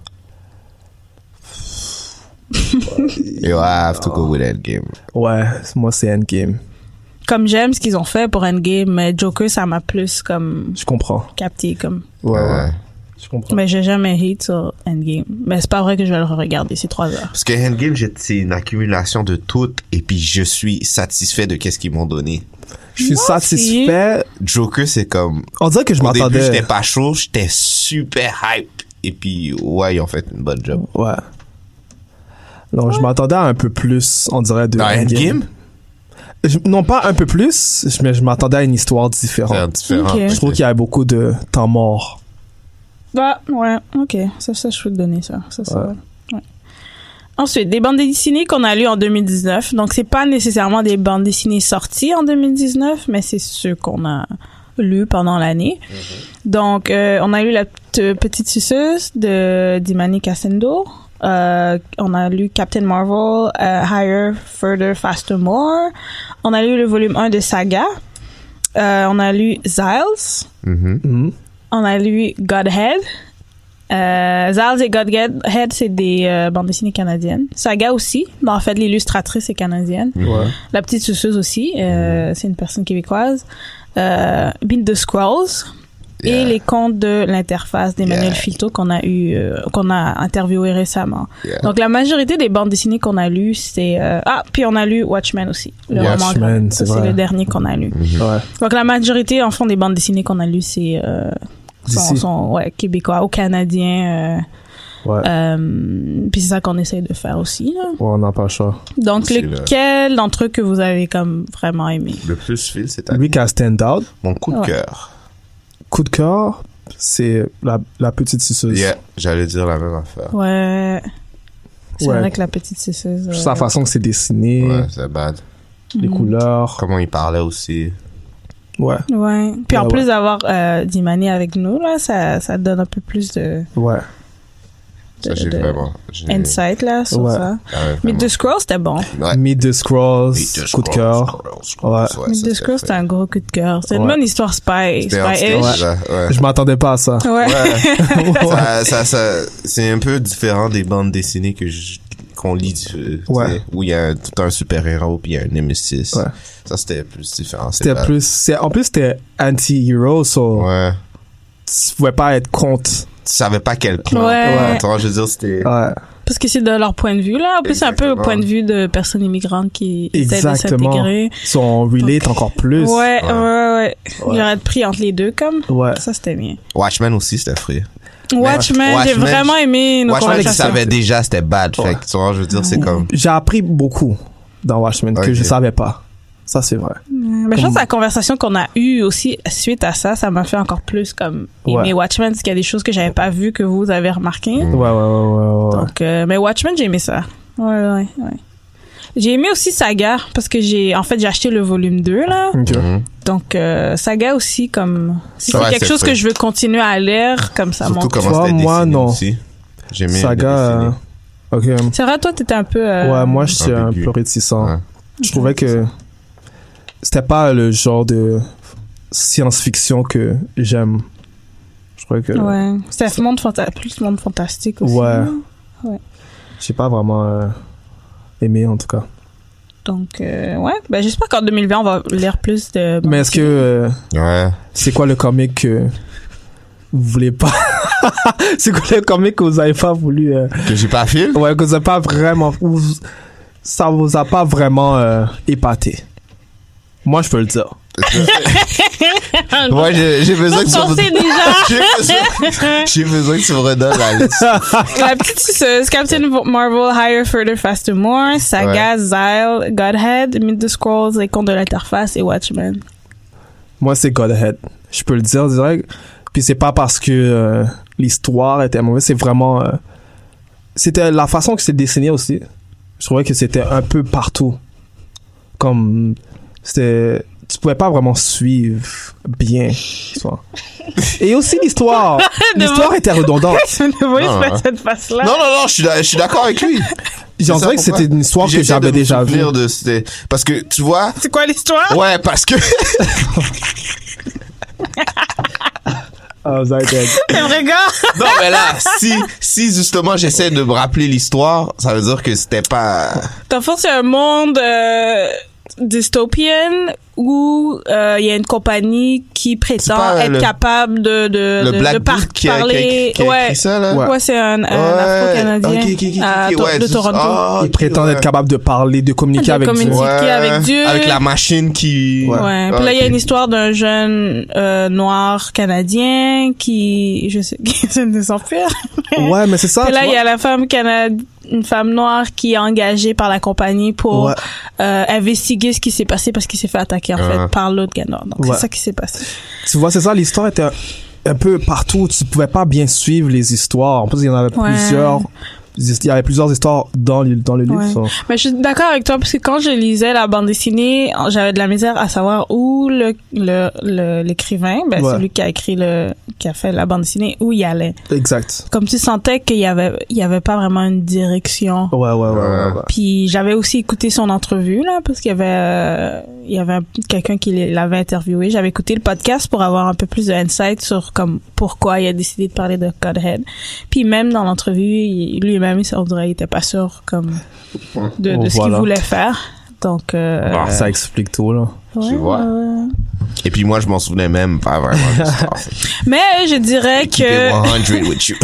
Speaker 5: Yo, I have to go with Endgame.
Speaker 4: Ouais, moi, c'est Endgame.
Speaker 6: Comme j'aime ce qu'ils ont fait pour Endgame, mais Joker, ça m'a plus comme
Speaker 4: Je comprends.
Speaker 6: capté. Comme...
Speaker 4: Ouais, ouais.
Speaker 5: Ouais.
Speaker 4: Je comprends.
Speaker 6: Mais j'ai jamais hate sur Endgame. Mais c'est pas vrai que je vais le regarder, c'est trois heures.
Speaker 5: Parce que Endgame, j'ai- c'est une accumulation de tout, et puis je suis satisfait de qu'est-ce qu'ils m'ont donné.
Speaker 4: Je suis
Speaker 6: Moi
Speaker 4: satisfait.
Speaker 5: Joker, c'est comme,
Speaker 4: On dirait que je
Speaker 5: au début, j'étais
Speaker 4: m'attendais.
Speaker 5: pas chaud, j'étais super hype. Et puis, ouais, ils ont fait une bonne job.
Speaker 4: Ouais. Non, je m'attendais à un peu plus, on dirait, de
Speaker 5: Dans Endgame,
Speaker 4: Je- non, pas un peu plus, je- mais je m'attendais à une histoire
Speaker 5: c'est un
Speaker 4: différente.
Speaker 5: différent.
Speaker 6: Ok.
Speaker 4: Je trouve qu'il y a beaucoup de temps mort.
Speaker 6: Bah, ouais, ok. Ça, ça, je peux te donner ça. ça, ça
Speaker 4: Ouais.
Speaker 6: va. Ouais. Ensuite, des bandes dessinées qu'on a lues en 2019. Donc, c'est pas nécessairement des bandes dessinées sorties en 2019, mais c'est ceux qu'on a lues pendant l'année. Donc, euh, on a lu La Petite- Petite Suceuse de Dimani Cassendo. Euh, on a lu Captain Marvel, euh, Higher, Further, Faster, More. On a lu le volume 1 de Saga. Euh, on a lu Giles.
Speaker 5: Mhm.
Speaker 4: Mhm.
Speaker 6: On a lu Godhead. Euh, Zaz et Godhead, c'est des euh, bandes dessinées canadiennes. Saga aussi. mais en fait, l'illustratrice est canadienne.
Speaker 4: Ouais.
Speaker 6: La petite suceuse aussi. euh, C'est une personne québécoise. Euh, Beat the Squirrels. Et
Speaker 5: Yeah.
Speaker 6: les contes de l'interface d'Emmanuel
Speaker 5: Yeah.
Speaker 6: Filto qu'on a eu, euh, qu'on a interviewé récemment.
Speaker 5: Yeah.
Speaker 6: Donc la majorité des bandes dessinées qu'on a lues, c'est euh, ah puis on a lu Watchmen aussi. Le roman
Speaker 4: Watchmen,
Speaker 6: graphique.
Speaker 4: c'est
Speaker 6: Ça,
Speaker 4: vrai.
Speaker 6: le dernier qu'on a lu.
Speaker 4: Ouais.
Speaker 6: Donc la majorité en fond des bandes dessinées qu'on a lues, c'est euh, sont,
Speaker 4: D'ici.
Speaker 6: sont, ouais, québécois ou canadiens.
Speaker 4: Ouais.
Speaker 6: Euh, euh, puis c'est ça qu'on essaie de faire aussi. là.
Speaker 4: Ouais, on n'a pas le choix.
Speaker 6: Donc
Speaker 5: C'est
Speaker 6: lequel d'entre eux que vous avez comme vraiment aimé
Speaker 5: Le plus fil, c'est
Speaker 4: Lui qui a stand out,
Speaker 5: mon coup de
Speaker 6: Ouais.
Speaker 5: cœur.
Speaker 4: coup de cœur, c'est la, la petite suceuse.
Speaker 5: Yeah, j'allais dire la même affaire.
Speaker 6: Ouais. C'est
Speaker 4: Ouais.
Speaker 6: vrai que la petite suceuse.
Speaker 4: Juste
Speaker 6: euh,
Speaker 4: la façon que c'est dessiné,
Speaker 5: Ouais, c'est bad.
Speaker 4: les couleurs.
Speaker 5: Comment il parlait aussi.
Speaker 4: Ouais,
Speaker 6: Ouais. Puis en
Speaker 4: Ouais,
Speaker 6: plus
Speaker 4: ouais.
Speaker 6: d'avoir euh, Dimani avec nous là, ça ça donne un peu plus de,
Speaker 4: ouais.
Speaker 5: Ça,
Speaker 6: de-
Speaker 5: j'ai
Speaker 6: de
Speaker 5: vraiment. j'ai-
Speaker 6: insight là sur
Speaker 4: Ouais.
Speaker 6: ça.
Speaker 5: Ah ouais,
Speaker 6: Mais
Speaker 5: vraiment.
Speaker 6: The Scrolls c'était bon.
Speaker 5: Ouais.
Speaker 4: Meet the Scrolls,
Speaker 5: Meet the
Speaker 4: coup de
Speaker 5: Scrolls,
Speaker 4: cœur.
Speaker 5: Scrolls, Scrolls,
Speaker 4: Ouais.
Speaker 5: ouais,
Speaker 6: Mais
Speaker 5: ça,
Speaker 6: The
Speaker 5: ça
Speaker 6: Scrolls
Speaker 5: fait-
Speaker 6: c'était un gros coup de cœur. C'est une
Speaker 4: Ouais.
Speaker 6: bonne histoire spy,
Speaker 5: C'était un
Speaker 6: spy-ish.
Speaker 5: style, là, ouais.
Speaker 4: Je m'attendais pas à ça.
Speaker 6: Ouais.
Speaker 5: ça, ça, ça- c'est un peu différent des bandes dessinées que je- qu'on lit du-
Speaker 4: Ouais.
Speaker 5: tu sais, où il y a un- tout un super héros puis il y a un némesis
Speaker 4: Ouais.
Speaker 5: ça c'était plus différent c'est
Speaker 4: C'était
Speaker 5: pas-
Speaker 4: plus, c'est- en plus c'était anti-hero, so
Speaker 5: ouais
Speaker 4: tu pouvais pas être contre.
Speaker 5: tu savais pas quel plan
Speaker 6: Ouais.
Speaker 5: Attends, je veux dire c'était
Speaker 4: Ouais.
Speaker 6: Parce que c'est de leur point de vue, là. En plus, c'est un peu le
Speaker 5: Exactement.
Speaker 6: point de vue de personnes immigrantes qui essaient de
Speaker 4: Exactement.
Speaker 6: s'intégrer.
Speaker 4: So on relate encore plus.
Speaker 6: Ouais, ouais, ouais,
Speaker 5: Ouais.
Speaker 6: Il aurait pris entre les deux, comme.
Speaker 4: Ouais.
Speaker 6: Ça, c'était bien.
Speaker 5: Watchmen aussi c'était free
Speaker 6: Watchmen, j'ai
Speaker 5: Watchmen,
Speaker 6: vraiment aimé nos
Speaker 5: Watchmen, ils
Speaker 6: conversations.
Speaker 5: savaient déjà, c'était bad. Fait que, tu vois, je veux dire, c'est comme.
Speaker 4: J'ai appris beaucoup dans Watchmen que
Speaker 5: Ok.
Speaker 4: je savais pas. Ça, c'est vrai.
Speaker 6: Mais je pense que la conversation qu'on a eue aussi suite à ça, ça m'a fait encore plus comme aimer
Speaker 4: Ouais.
Speaker 6: Watchmen, parce qu'il y a des choses que j'avais pas vues que vous avez remarquées.
Speaker 4: Ouais, ouais, ouais, ouais, ouais.
Speaker 6: Donc, euh, mais Watchmen, j'ai aimé ça. Ouais, ouais, ouais. J'ai aimé aussi Saga, parce que j'ai, en fait, j'ai acheté le volume 2, là.
Speaker 4: Ok.
Speaker 5: Mhm.
Speaker 6: Donc, euh, Saga aussi, comme, si
Speaker 5: Ça
Speaker 6: c'est
Speaker 5: va,
Speaker 6: quelque
Speaker 5: c'est
Speaker 6: chose
Speaker 5: frais.
Speaker 6: que je veux continuer à lire, comme ça,
Speaker 5: Surtout
Speaker 6: mon.
Speaker 5: comment
Speaker 4: Toi,
Speaker 5: c'était
Speaker 4: moi,
Speaker 5: dessiné
Speaker 4: non.
Speaker 5: aussi. J'aimais. le
Speaker 4: Saga.
Speaker 5: dessiner.
Speaker 4: euh, Ok.
Speaker 6: C'est vrai, toi, t'étais un peu, euh,
Speaker 4: Ouais, moi, je suis un
Speaker 5: ambigu.
Speaker 4: peu réticent.
Speaker 5: Ouais.
Speaker 4: Je trouvais que c'était pas le genre de science-fiction que j'aime. Je trouvais que
Speaker 6: ouais. C'était un monde fanta- plus monde fantastique aussi.
Speaker 4: Ouais.
Speaker 6: là.
Speaker 4: j'ai pas vraiment euh, aimé, en tout cas.
Speaker 6: Donc, euh, ouais. Ben, j'espère qu'en 2020, on va lire plus de.
Speaker 4: Mais est-ce que... euh,
Speaker 5: Ouais.
Speaker 4: c'est quoi le comic que vous voulez pas... c'est quoi le comic que vous avez pas voulu... euh,
Speaker 5: Que j'ai pas film?
Speaker 4: Ouais, que vous avez pas vraiment... ou vous- ça vous a pas vraiment euh, épaté. Moi, je peux le dire.
Speaker 5: Moi, j'ai j'ai besoin que tu
Speaker 6: Pensez
Speaker 5: me-
Speaker 6: déjà
Speaker 5: J'ai besoin- J'ai besoin que tu me redonnes la liste.
Speaker 6: la petite suceuse Captain Marvel, Higher, Further, Faster, More, Saga, Zyle, Godhead, Meet the Scrolls, Les Contes de l'Interface et Watchmen.
Speaker 4: Moi, c'est Godhead. Je peux le dire direct. Puis c'est pas parce que euh, l'histoire était mauvaise, c'est vraiment... euh, c'était la façon que c'est dessiné aussi. Je trouvais que c'était un peu partout. Comme... C'était... Tu pouvais pas vraiment suivre bien. tu vois. Et aussi l'histoire. l'histoire était redondante.
Speaker 6: ne voyez
Speaker 5: Non,
Speaker 6: pas
Speaker 5: hein.
Speaker 6: de cette face-là.
Speaker 5: Non, non, non, je suis d'a- je suis d'accord avec lui.
Speaker 4: J'en
Speaker 5: C'est
Speaker 4: dirais que
Speaker 5: ça, pourquoi?
Speaker 4: c'était une histoire que
Speaker 5: J'essaie de
Speaker 4: j'avais
Speaker 5: me
Speaker 4: déjà vue.
Speaker 5: souvenir de- c'était- Parce que, tu vois,
Speaker 6: C'est quoi l'histoire?
Speaker 5: ouais, parce que.
Speaker 4: Ah, vous avez été-
Speaker 6: Elle me regarde.
Speaker 5: Non, mais là, si, si justement j'essaie de me rappeler l'histoire, ça veut dire que c'était pas.
Speaker 6: Dans le fond, c'est un monde euh, dystopian où euh, il y a une compagnie qui prétend
Speaker 5: pas, euh,
Speaker 6: être
Speaker 5: le-
Speaker 6: capable de, de,
Speaker 5: Le
Speaker 6: de,
Speaker 5: Black
Speaker 6: de par-
Speaker 5: Book qui a, qui a-
Speaker 6: parler.
Speaker 5: qui a
Speaker 6: ouais.
Speaker 5: écrit ça, là.
Speaker 6: Ouais, Euh, c'est un, un afro-canadien
Speaker 5: Ok, ok, ok, ok,
Speaker 6: à
Speaker 5: ok,
Speaker 6: To-
Speaker 5: ouais,
Speaker 6: de
Speaker 5: juste-
Speaker 6: Toronto.
Speaker 5: ah,
Speaker 4: Ils
Speaker 5: ok,
Speaker 4: prétendent
Speaker 5: ouais.
Speaker 4: être capable de parler, de communiquer
Speaker 6: De
Speaker 4: avec
Speaker 6: communiquer.
Speaker 4: Dieu.
Speaker 6: communiquer avec Dieu.
Speaker 5: Avec la machine qui.
Speaker 6: Ouais.
Speaker 5: Ah,
Speaker 6: Puis là, il y a
Speaker 5: ok.
Speaker 6: une histoire d'un jeune euh, noir canadien qui, je sais, qui essaie de s'enfuir.
Speaker 4: Ouais, mais c'est ça.
Speaker 6: Puis
Speaker 4: tu
Speaker 5: Ah,
Speaker 6: là, il y
Speaker 4: vois.
Speaker 6: a la femme canadienne, une femme noire qui est engagée par la compagnie pour
Speaker 4: Ouais.
Speaker 6: euh, investiguer ce qui s'est passé parce qu'il s'est fait attaquer en
Speaker 5: Ah.
Speaker 6: fait par l'autre gars noir. Donc
Speaker 4: Ouais.
Speaker 6: c'est ça qui s'est passé.
Speaker 4: Tu vois, c'est ça, l'histoire était un, un peu partout. Tu pouvais pas bien suivre les histoires. En plus, il y en avait
Speaker 6: Ouais.
Speaker 4: plusieurs. Il y avait plusieurs histoires dans le, dans le livre.
Speaker 6: Ouais.
Speaker 4: ça.
Speaker 6: Mais je suis d'accord avec toi parce que quand je lisais la bande dessinée, j'avais de la misère à savoir où le le- le- l'écrivain, ben
Speaker 4: Ouais.
Speaker 6: celui qui a écrit le qui a fait la bande dessinée, où il allait.
Speaker 4: Exact.
Speaker 6: Comme tu sentais qu'il y avait il y avait pas vraiment une direction.
Speaker 4: Ouais, ouais, ouais. ouais,
Speaker 5: Ouais.
Speaker 4: ouais.
Speaker 6: Puis j'avais aussi écouté son entrevue là parce qu'il y avait euh, il y avait un- quelqu'un qui l'avait interviewé. J'avais écouté le podcast pour avoir un peu plus de insight sur comme pourquoi il a décidé de parler de Godhead. Puis même dans l'entrevue, il- lui-même il s'en dirait il était pas sûr comme de, de ce qu'il
Speaker 4: Voilà.
Speaker 6: voulait faire. Donc euh,
Speaker 4: Ah, ça explique tout, là.
Speaker 6: ouais,
Speaker 5: tu vois.
Speaker 6: ouais, ouais.
Speaker 5: Et puis moi, je m'en souvenais même pas vraiment de l'histoire.
Speaker 6: Mais je dirais
Speaker 5: Keep it
Speaker 6: que
Speaker 5: 100 with you.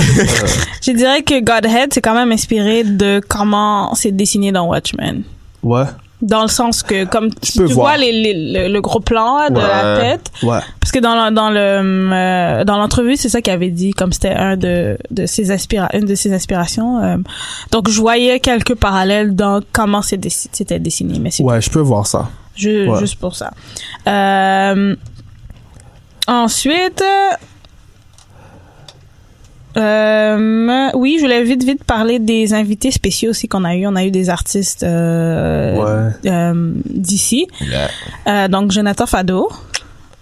Speaker 6: je dirais que Godhead c'est quand même inspiré de comment c'est dessiné dans Watchmen.
Speaker 4: Ouais,
Speaker 6: Dans le sens que comme tu,
Speaker 4: peux
Speaker 6: tu
Speaker 4: voir.
Speaker 6: vois les, les- le, le gros plan là, de la
Speaker 5: Ouais.
Speaker 6: tête.
Speaker 4: ouais.
Speaker 6: Parce que dans le- dans le euh, dans l'entrevue, c'est ça qu'il avait dit, comme c'était un de de ses aspira une de ses aspirations. euh. donc je voyais quelques parallèles dans comment c'est dessi- c'était dessiné, mais c'est
Speaker 4: Ouais, je peux voir ça.
Speaker 6: ju-
Speaker 4: ouais.
Speaker 6: juste pour ça. Euh, ensuite. euh, oui, je voulais vite vite parler des invités spéciaux aussi qu'on a eu. On a eu des artistes euh, euh, d'ici.
Speaker 5: Yeah.
Speaker 6: Euh, donc Jonathan Fado,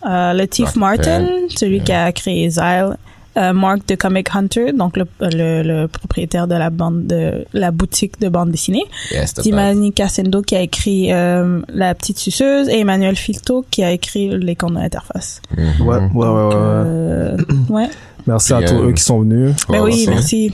Speaker 6: euh, Latif Martin, celui qui a créé Zyle, euh, Mark de Comic Hunter, donc le, le, le propriétaire de la bande de la boutique de bande dessinée,
Speaker 5: Yeah, c'était bad.
Speaker 6: Timani Casendo qui a écrit euh, La petite suceuse et Emmanuel Filto qui a écrit Les contes de l'interface.
Speaker 5: Mm-hmm.
Speaker 4: Ouais, ouais, ouais, ouais. ouais.
Speaker 6: Euh, ouais.
Speaker 4: Merci à
Speaker 5: Puis,
Speaker 4: tous
Speaker 5: euh,
Speaker 4: eux qui sont venus.
Speaker 6: Ben
Speaker 5: Ouais,
Speaker 6: oui,
Speaker 5: c'est-
Speaker 6: merci.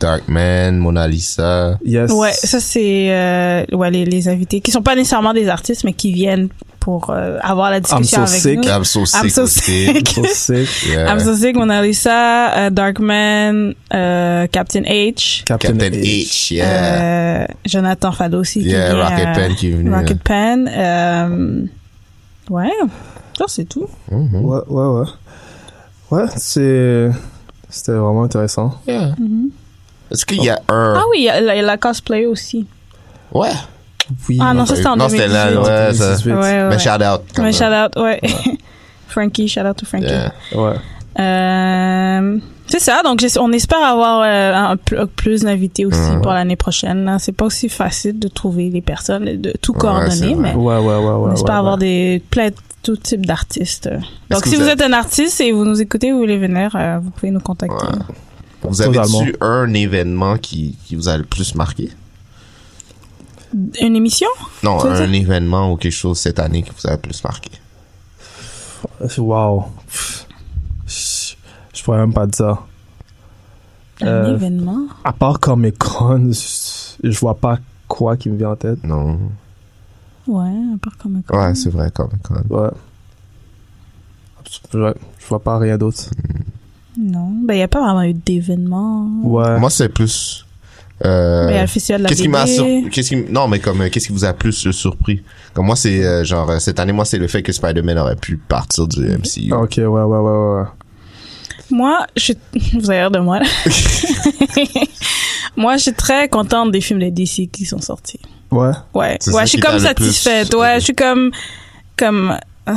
Speaker 5: Darkman, Mona Lisa.
Speaker 4: Yes.
Speaker 6: Ouais, ça c'est euh, ouais les, les invités qui sont pas nécessairement des artistes mais qui viennent pour euh, avoir la discussion
Speaker 4: so
Speaker 6: avec
Speaker 4: sick.
Speaker 6: nous.
Speaker 5: I'm so sick.
Speaker 6: I'm so
Speaker 5: aussi.
Speaker 6: sick.
Speaker 4: So sick.
Speaker 5: Yeah.
Speaker 6: I'm so sick, Mona Lisa, euh, Darkman, euh, Captain H,
Speaker 4: Captain,
Speaker 5: Captain
Speaker 4: H.
Speaker 5: H. Yeah.
Speaker 6: euh, Jonathan Fado aussi. qui
Speaker 5: yeah,
Speaker 6: vient,
Speaker 5: Rocket
Speaker 6: euh,
Speaker 5: Pen qui est venu.
Speaker 6: Rocket Pen. euh, ouais, ça c'est tout.
Speaker 4: Ouais, ouais, ouais. Ouais, c'est. C'était vraiment intéressant.
Speaker 5: Yeah. Est-ce qu'il y a un.
Speaker 6: Mm-hmm. Ah oui, il y a la, la cosplay aussi.
Speaker 5: Ouais.
Speaker 4: Oui.
Speaker 6: Ah non, ça c'était en
Speaker 5: Non, c'était là,
Speaker 6: 2018.
Speaker 5: ouais, ça.
Speaker 6: Ouais, ouais,
Speaker 5: Mais
Speaker 6: ouais.
Speaker 5: shout out. quand
Speaker 6: Mais
Speaker 5: même.
Speaker 6: shout out, ouais. Frankie, shout out to Frankie.
Speaker 5: Yeah.
Speaker 4: Ouais.
Speaker 6: Euh, c'est ça, donc j'es- on espère avoir euh, un pl- plus d'invités aussi
Speaker 5: Ouais.
Speaker 6: pour l'année prochaine. là. C'est pas aussi facile de trouver les personnes, et de tout
Speaker 5: Ouais,
Speaker 6: coordonner,
Speaker 5: c'est vrai.
Speaker 6: mais
Speaker 4: Ouais, ouais, ouais, ouais.
Speaker 6: on
Speaker 4: ouais,
Speaker 6: espère
Speaker 4: ouais.
Speaker 6: avoir des plein de tout type d'artistes. Donc
Speaker 5: que
Speaker 6: si
Speaker 5: vous
Speaker 6: vous
Speaker 5: avez-
Speaker 6: êtes un artiste et vous nous écoutez, vous voulez venir, euh, vous pouvez nous contacter.
Speaker 5: Ouais. Vous avez-tu
Speaker 4: Totalement.
Speaker 5: un événement qui, qui vous a le plus marqué?
Speaker 6: Une émission
Speaker 5: Non,
Speaker 6: Tu veux
Speaker 5: un événement ou quelque chose cette année qui vous a le plus marqué.
Speaker 4: Wow. Euh, Pff. Je je pourrais même pas dire ça.
Speaker 6: Un
Speaker 4: Euh,
Speaker 6: événement
Speaker 4: À part Comic Con, je je vois pas quoi qui me vient en tête.
Speaker 5: Non.
Speaker 6: Ouais, un peu comme un
Speaker 5: Ouais, c'est vrai, quand même. quand même.
Speaker 4: Ouais. Ouais, je vois pas rien d'autre.
Speaker 6: Non, ben il n'y a pas vraiment eu d'événement.
Speaker 4: Ouais.
Speaker 5: Moi, c'est plus. euh,
Speaker 6: Ben, il y a le festival de la
Speaker 5: Qu'est-ce qui m'a
Speaker 6: BD.
Speaker 5: sur... qu'est-ce qui non mais comme euh, qu'est-ce qui vous a plus euh, surpris comme moi c'est euh, genre euh, cette année moi c'est le fait que Spider-Man aurait pu partir du
Speaker 6: Mm-hmm.
Speaker 5: MCU
Speaker 4: Ah, ok, ouais, ouais, ouais, ouais. ouais.
Speaker 6: Moi, je suis... Vous avez l'air de moi. là. moi, je suis très contente des films de DC qui sont sortis.
Speaker 4: Ouais.
Speaker 6: Ouais,
Speaker 5: C'est ça
Speaker 6: ouais je suis
Speaker 5: qui t'a
Speaker 6: comme
Speaker 5: le plus-
Speaker 6: satisfaite. Ouais, je suis comme... comme euh,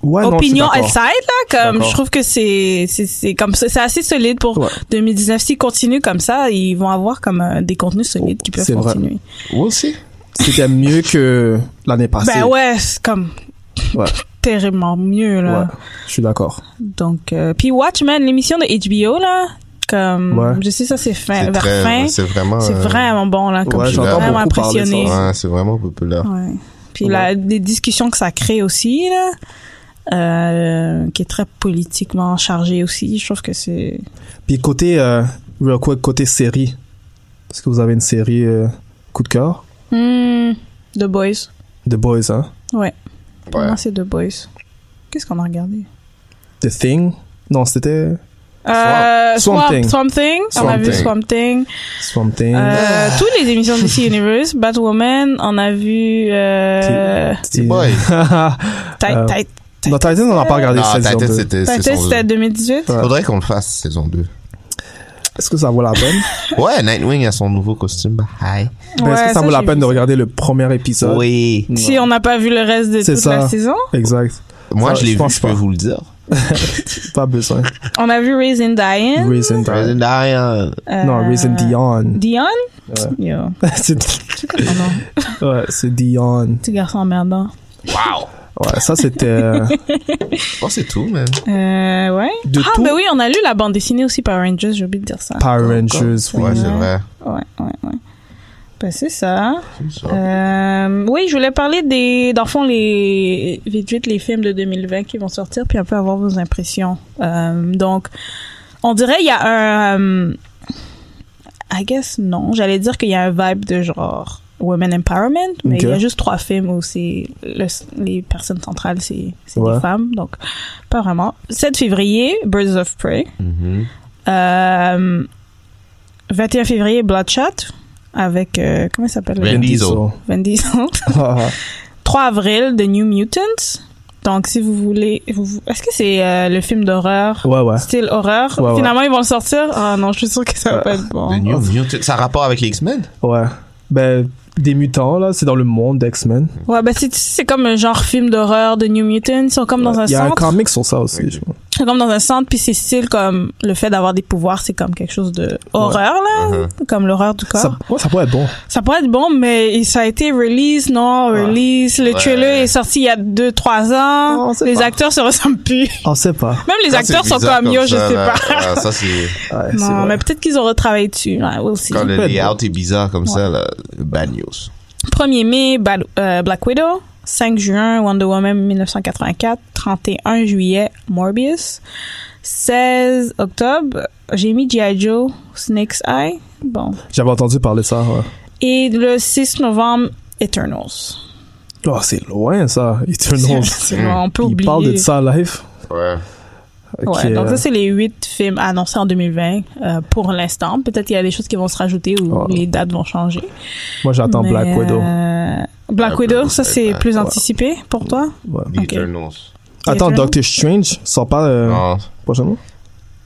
Speaker 4: Ouais, Ah non, je suis
Speaker 6: opinion
Speaker 4: d'accord.
Speaker 6: outside là comme
Speaker 4: D'accord.
Speaker 6: je trouve que c'est c'est c'est comme ça c'est assez solide pour
Speaker 4: Ouais.
Speaker 6: 2019 s'ils continuent comme ça ils vont avoir comme euh, des contenus solides qui peuvent
Speaker 4: Oh, C'est vrai.
Speaker 6: continuer
Speaker 5: we'll see
Speaker 4: C'était mieux que l'année passée.
Speaker 6: ben ouais c'est comme
Speaker 4: Ah, Ouais.
Speaker 6: terriblement mieux là
Speaker 4: Ouais, je suis d'accord.
Speaker 6: Donc, euh, puis Watchmen, l'émission de HBO, là, comme,
Speaker 4: Ouais.
Speaker 6: je sais, ça, c'est fin,
Speaker 5: c'est
Speaker 6: Ben, vers
Speaker 5: très-
Speaker 6: fin.
Speaker 5: c'est vraiment
Speaker 6: C'est
Speaker 5: euh,
Speaker 6: vraiment bon, là, comme
Speaker 4: Ouais,
Speaker 6: je suis
Speaker 5: j'entends
Speaker 6: vraiment
Speaker 4: beaucoup parler de ça,
Speaker 6: impressionnée.
Speaker 5: ouais, c'est vraiment populaire
Speaker 6: Ouais. Puis la, les discussions que ça crée aussi, là, euh, qui est très politiquement chargée aussi, je trouve que c'est...
Speaker 4: Puis côté, euh, real quick, côté série, est-ce que vous avez une série euh, coup de cœur
Speaker 6: Hmm, The Boys.
Speaker 4: The Boys, hein
Speaker 6: Ouais. Pour
Speaker 5: Ouais.
Speaker 6: moi, c'est The Boys. Qu'est-ce qu'on a regardé?
Speaker 4: The Thing Non, c'était
Speaker 6: Euh,
Speaker 4: Swamp
Speaker 6: Swamp,
Speaker 4: Thing.
Speaker 6: Swamp Thing. On
Speaker 5: Swamp
Speaker 6: a vu
Speaker 5: Thing.
Speaker 6: Swamp Thing.
Speaker 4: Swamp Thing.
Speaker 6: Euh, toutes les émissions de DC Universe, Batwoman, on a vu euh,
Speaker 4: Ti-
Speaker 5: Boy.
Speaker 6: Tight,
Speaker 4: Euh,
Speaker 6: Tight.
Speaker 4: non, Titan, on n'a pas regardé
Speaker 5: ah,
Speaker 4: cette
Speaker 5: ta
Speaker 4: saison
Speaker 5: tête
Speaker 4: deux.
Speaker 5: c'était
Speaker 6: Tight,
Speaker 5: saison
Speaker 6: c'était
Speaker 5: deux.
Speaker 6: 2018.
Speaker 4: Ouais.
Speaker 5: faudrait qu'on le fasse saison 2
Speaker 4: Est-ce que ça vaut la peine
Speaker 5: ouais Nightwing a son nouveau costume bah hi
Speaker 4: Ben, Est-ce que ça, vaut la peine de regarder le premier épisode
Speaker 5: oui
Speaker 4: Non.
Speaker 6: Si on n'a pas vu le reste de
Speaker 4: C'est
Speaker 6: toute la
Speaker 4: ça.
Speaker 6: saison,
Speaker 4: Exact.
Speaker 5: moi
Speaker 4: Ça,
Speaker 5: je
Speaker 4: je
Speaker 5: l'ai vu
Speaker 4: pense
Speaker 5: je peux
Speaker 4: pas.
Speaker 5: vous le dire
Speaker 4: Pas besoin.
Speaker 6: on a vu Raising Diane.
Speaker 4: Reason Dion.
Speaker 5: Raising Dion.
Speaker 6: euh,
Speaker 4: Non, Reason Dion.
Speaker 6: Dion?
Speaker 4: Ouais.
Speaker 6: Yo.
Speaker 4: C'est-
Speaker 6: C'est quoi son nom?
Speaker 4: ouais, c'est Dion.
Speaker 6: Petit garçon emmerdant.
Speaker 4: Ouais, ça c'était. euh,
Speaker 5: je pense que c'est tout man
Speaker 6: Euh, ouais.
Speaker 4: De
Speaker 6: ah,
Speaker 4: tout-
Speaker 6: ben oui, on a lu la bande dessinée aussi par Rangers, j'ai oublié de dire ça.
Speaker 4: Power Rangers, oui.
Speaker 5: ouais c'est vrai
Speaker 6: Ouais, ouais, ouais. Ben, c'est ça.
Speaker 4: Ah.
Speaker 5: C'est ça.
Speaker 6: Euh, oui, je voulais parler des, dans le fond, les, vite, vite, les films de 2020 qui vont sortir, puis un peu avoir vos impressions. Euh, donc, on dirait, il y a un, euh, I guess, non. J'allais dire qu'il y a un vibe de genre Women Empowerment, mais
Speaker 4: Ok.
Speaker 6: il y a juste trois films où c'est, le- les personnes centrales, c'est, c'est
Speaker 4: Ouais.
Speaker 6: des femmes, donc, pas vraiment. 7 février, Birds of Prey.
Speaker 5: Mhm.
Speaker 6: Euh, 21 février, Bloodshot, avec, euh, comment il s'appelle?
Speaker 5: Vin
Speaker 6: le-
Speaker 5: Diesel.
Speaker 6: Vin Diesel. 3 avril de New Mutants. Donc, si vous voulez, vous- vous- est-ce que c'est euh, le film d'horreur,
Speaker 4: ouais, ouais.
Speaker 6: style horreur
Speaker 4: Ouais, ouais.
Speaker 6: Finalement, ils vont le sortir. Ah non, je suis sûre que ça va pas être bon.
Speaker 5: The New Mutant. ça a rapport avec les X-Men
Speaker 4: Ouais. Ben, des mutants, là, c'est dans le monde d'X-Men.
Speaker 6: Ouais, ben c'est c'est comme un genre film d'horreur de New Mutants. Ils sont comme dans un
Speaker 4: Il y a un
Speaker 6: centre.
Speaker 4: comic sur ça aussi. je crois.
Speaker 6: Ils sont comme dans un centre, puis c'est style comme le fait d'avoir des pouvoirs, c'est comme quelque chose de horreur là, comme l'horreur du corps.
Speaker 4: Uh-huh. Ça,
Speaker 6: Ça...
Speaker 4: ouais, ça pourrait être bon.
Speaker 6: pourrait être bon, mais ça a été release, non release. Le
Speaker 5: Ouais.
Speaker 6: trailer est sorti il y a 2-3 ans.
Speaker 4: Non, c'est
Speaker 6: Les
Speaker 4: pas-
Speaker 6: acteurs se ressemblent plus.
Speaker 4: On sait pas.
Speaker 6: Même les
Speaker 5: Quand
Speaker 6: acteurs
Speaker 5: c'est
Speaker 6: sont
Speaker 5: bizarre
Speaker 6: comme yo, je
Speaker 5: ça,
Speaker 6: sais
Speaker 5: là,
Speaker 6: pas.
Speaker 5: ouais, ça, c'est-
Speaker 4: Ouais, c'est
Speaker 6: Non,
Speaker 4: vrai.
Speaker 6: mais peut-être qu'ils ont retravaillé dessus. Ouais, we'll see.
Speaker 5: Quand le
Speaker 4: peut être
Speaker 5: layout est bizarre comme ça, là, bad news.
Speaker 6: 1er mai, Bad- euh, Black Widow. 5 juin, Wonder Woman 1984. 31 juillet, Morbius. 16 octobre, j'ai mis G.I. Joe, Snake's Eye. Bon.
Speaker 4: J'avais entendu parler de ça. Ouais.
Speaker 6: Et le 6 novembre, Eternals.
Speaker 4: Oh, c'est loin ça. Eternals.
Speaker 6: C'est- c'est- on peut
Speaker 4: Il
Speaker 6: oublier.
Speaker 4: parle de ça live.
Speaker 5: Ouais.
Speaker 4: Ok. euh,
Speaker 6: Ouais, donc ça, c'est les 8 films annoncés en 2020 euh, pour l'instant. Peut-être qu'il y a des choses qui vont se rajouter ou
Speaker 4: Ouais.
Speaker 6: les dates vont changer.
Speaker 4: Moi, j'attends
Speaker 6: Mais,
Speaker 4: Ah. Black Widow.
Speaker 6: euh, Black
Speaker 5: Ah, Black Widow,
Speaker 6: Widow, ça
Speaker 5: ouais,
Speaker 6: c'est
Speaker 5: ouais.
Speaker 6: plus anticipé pour toi
Speaker 4: Ouais.
Speaker 5: The
Speaker 6: Ok.
Speaker 5: Eternals.
Speaker 4: Attends,
Speaker 6: Eternals?
Speaker 4: Doctor Strange sort pas euh,
Speaker 5: Non.
Speaker 4: prochainement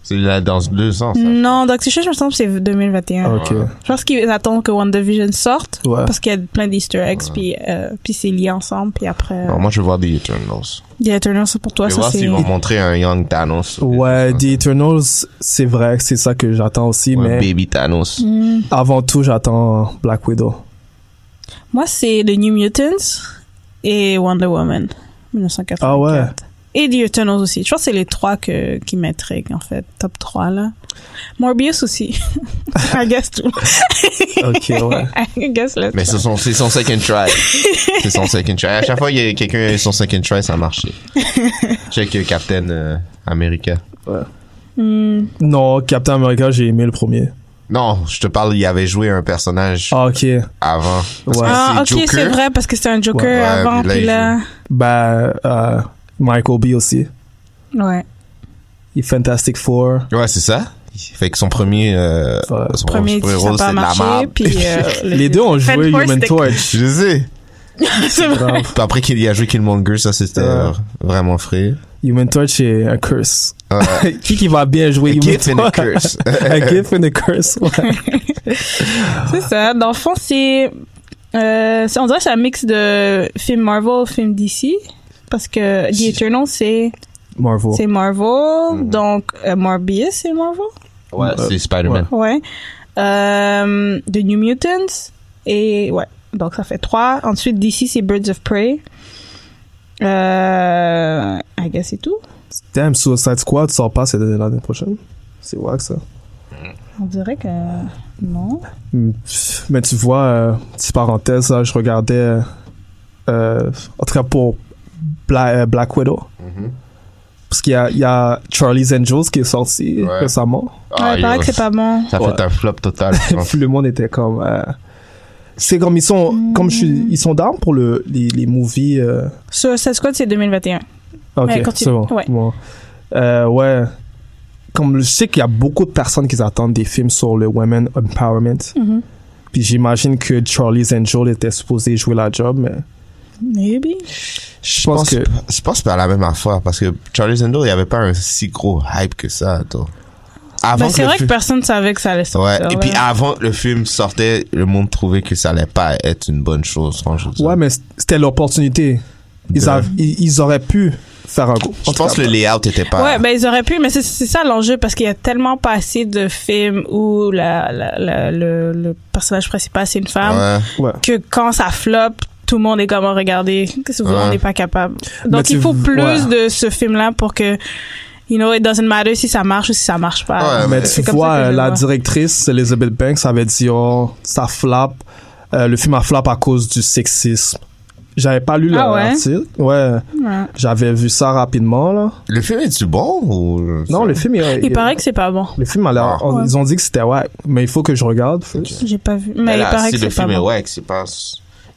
Speaker 5: C'est là dans deux sens. hein.
Speaker 4: Hmm.
Speaker 5: ça.
Speaker 6: Non, Doctor Strange, je me semble, que c'est 2021.
Speaker 4: Ok.
Speaker 6: Je pense qu'ils attendent que WandaVision sorte.
Speaker 4: Ah, Ouais.
Speaker 6: Parce qu'il y a plein d'Easter eggs, puis, euh, puis c'est lié ensemble, puis après.
Speaker 5: Non, moi, je veux voir des Eternals.
Speaker 6: Il y a Eternals c'est pour toi,
Speaker 5: je vais
Speaker 6: ça
Speaker 5: voir
Speaker 6: c'est.
Speaker 5: s'ils vont montrer un Young Thanos.
Speaker 4: Ouais, The Eternals, c'est vrai que c'est ça que j'attends aussi,
Speaker 5: Un
Speaker 4: mais Hmm.
Speaker 5: Baby Thanos.
Speaker 6: Hmm.
Speaker 4: avant tout, j'attends Black Widow.
Speaker 6: Moi, c'est The New Mutants et Wonder Woman, 1984.
Speaker 4: Ah ouais.
Speaker 6: Et The Eternals aussi. Je pense que c'est les trois que, qui m'intriguent, en fait. Top 3, là. Morbius aussi. I guess tout.
Speaker 4: Ok, ouais.
Speaker 6: I guess le
Speaker 5: Mais c'est son, c'est son second try. c'est son second try. À chaque fois, il y a quelqu'un a eu son second try, ça a marché. Check euh, Captain euh, America.
Speaker 4: Non, Captain America, j'ai aimé le premier.
Speaker 5: Non, je te parle, il avait joué un personnage
Speaker 4: Ah, ok.
Speaker 5: avant. Parce
Speaker 4: Ouais.
Speaker 5: que
Speaker 6: Ah, ok,
Speaker 5: c'est Joker.
Speaker 6: c'est vrai, parce que c'était un Joker
Speaker 5: Ouais,
Speaker 6: avant,
Speaker 5: puis là,
Speaker 6: puis
Speaker 5: il
Speaker 6: là...
Speaker 4: Bah, euh, Michael B aussi.
Speaker 6: Ouais.
Speaker 4: Et Fantastic Four.
Speaker 5: Ouais, c'est ça. Fait que son premier, euh,
Speaker 4: Ouais.
Speaker 5: son
Speaker 6: Premier,
Speaker 5: premier
Speaker 6: ça n'a
Speaker 5: rôle, c'est
Speaker 6: pas
Speaker 5: de la
Speaker 6: marché,
Speaker 5: merde.
Speaker 6: puis... euh, le-
Speaker 4: Les deux ont joué
Speaker 6: Fantastic-
Speaker 4: Human Torch.
Speaker 5: Je sais.
Speaker 6: C'est vrai.
Speaker 5: Puis après qu'il y a joué Killmonger, ça c'était
Speaker 4: Ouais.
Speaker 5: euh, vraiment frais.
Speaker 4: Human Torch est un curse.
Speaker 5: Ouais.
Speaker 4: qui qui va bien jouer
Speaker 5: A
Speaker 4: Human
Speaker 5: gift and a
Speaker 4: Torch?
Speaker 5: curse.
Speaker 4: a gift and a curse. ouais.
Speaker 6: C'est ça. Dans le fond, c'est... euh, c'est- on dirait que c'est un mix de film Marvel, film DC, parce que The Eternal, c'est...
Speaker 4: Marvel.
Speaker 6: C'est Marvel,
Speaker 5: Mhm.
Speaker 6: donc euh, Morbius, c'est Marvel.
Speaker 5: Ouais, c'est Spider-Man.
Speaker 6: Ouais. Euh, The New Mutants et ouais, donc ça fait trois. Ensuite DC c'est Birds of Prey. Euh, I guess c'est tout.
Speaker 4: Damn, Suicide Squad sort pas cette année- l'année prochaine. C'est wack ça.
Speaker 6: On dirait que non.
Speaker 4: Mm. Mais tu vois, euh, petite parenthèse, là, je regardais, euh, euh, en tout cas pour Bla- euh, Black Widow.
Speaker 5: Mm-hmm.
Speaker 4: Parce qu'il y a, il y a Charlie's Angels qui est sorti
Speaker 5: Ouais.
Speaker 4: récemment.
Speaker 5: Ah,
Speaker 6: ouais, il paraît
Speaker 5: yo,
Speaker 6: que c'est pas bon.
Speaker 5: Ça fait
Speaker 4: Ouais.
Speaker 5: un flop total. je pense.
Speaker 4: Puis le monde était comme. euh, c'est comme ils sont, comme je suis, ils sont down pour le, les, les movies. euh,
Speaker 6: Suicide Squad c'est 2021.
Speaker 4: Ok,
Speaker 6: Ouais, continue.
Speaker 4: c'est bon.
Speaker 6: Ouais.
Speaker 4: Bon. Euh, ouais. Comme je sais qu'il y a beaucoup de personnes qui attendent des films sur le women empowerment.
Speaker 6: Mhm.
Speaker 4: Puis j'imagine que Charlie's Angel était supposé jouer la job, mais
Speaker 6: Maybe.
Speaker 4: je pense que
Speaker 5: Je pense pas la même affaire parce que Charlie Angel, il n'y avait pas un si gros hype que ça. toi. Avant
Speaker 6: Ben, c'est
Speaker 5: le
Speaker 6: vrai que
Speaker 5: film-
Speaker 6: personne savait que ça allait
Speaker 5: Ouais,
Speaker 6: sortir.
Speaker 5: et puis ah, avant le film sortait, le monde trouvait que ça allait pas être une bonne chose, franchement.
Speaker 4: ouais, mais c'était l'opportunité. Ils,
Speaker 5: De-
Speaker 4: av- ils, ils auraient pu faire un gros.
Speaker 5: Je pense que le layout était pas.
Speaker 6: Ouais, ben ils auraient pu, mais c'est c'est ça l'enjeu parce qu'il y a tellement pas assez de films où la, la, la- le, le personnage principal c'est une femme
Speaker 5: Ouais.
Speaker 4: Ouais.
Speaker 6: que quand ça floppe, tout le monde est comme oh, regardez, qu'est-ce que vous
Speaker 5: Ouais.
Speaker 6: on n'est pas capable.
Speaker 4: Mais
Speaker 6: Donc
Speaker 4: tu
Speaker 6: il faut
Speaker 4: v-
Speaker 6: plus
Speaker 4: ouais.
Speaker 6: de ce film là pour que you know it doesn't matter si ça marche ou si ça marche pas.
Speaker 5: Euh, Ouais,
Speaker 4: Mais
Speaker 5: mais
Speaker 4: tu
Speaker 6: c'est comme ça
Speaker 4: vois,
Speaker 6: que je le
Speaker 4: la
Speaker 6: vois.
Speaker 4: directrice Elizabeth Banks avait dit oh, ça flappe, Euh, le film a flappe à cause du sexisme. J'avais pas lu
Speaker 6: Ah ouais?
Speaker 4: l'article. Ouais.
Speaker 6: Ouais.
Speaker 4: J'avais vu ça rapidement là.
Speaker 5: Le film est-tu bon ou.
Speaker 4: Non, le film il,
Speaker 6: Il paraît que c'est pas bon.
Speaker 4: le film a l'air-
Speaker 5: Ah.
Speaker 4: on-
Speaker 6: Ouais.
Speaker 4: ils ont dit que c'était ouais, mais il faut que je regarde.
Speaker 6: J'ai pas vu, mais
Speaker 5: Mais là,
Speaker 6: il paraît
Speaker 5: si
Speaker 6: que
Speaker 5: le
Speaker 6: c'est pas
Speaker 5: film est
Speaker 6: bon.
Speaker 5: wack, c'est pas.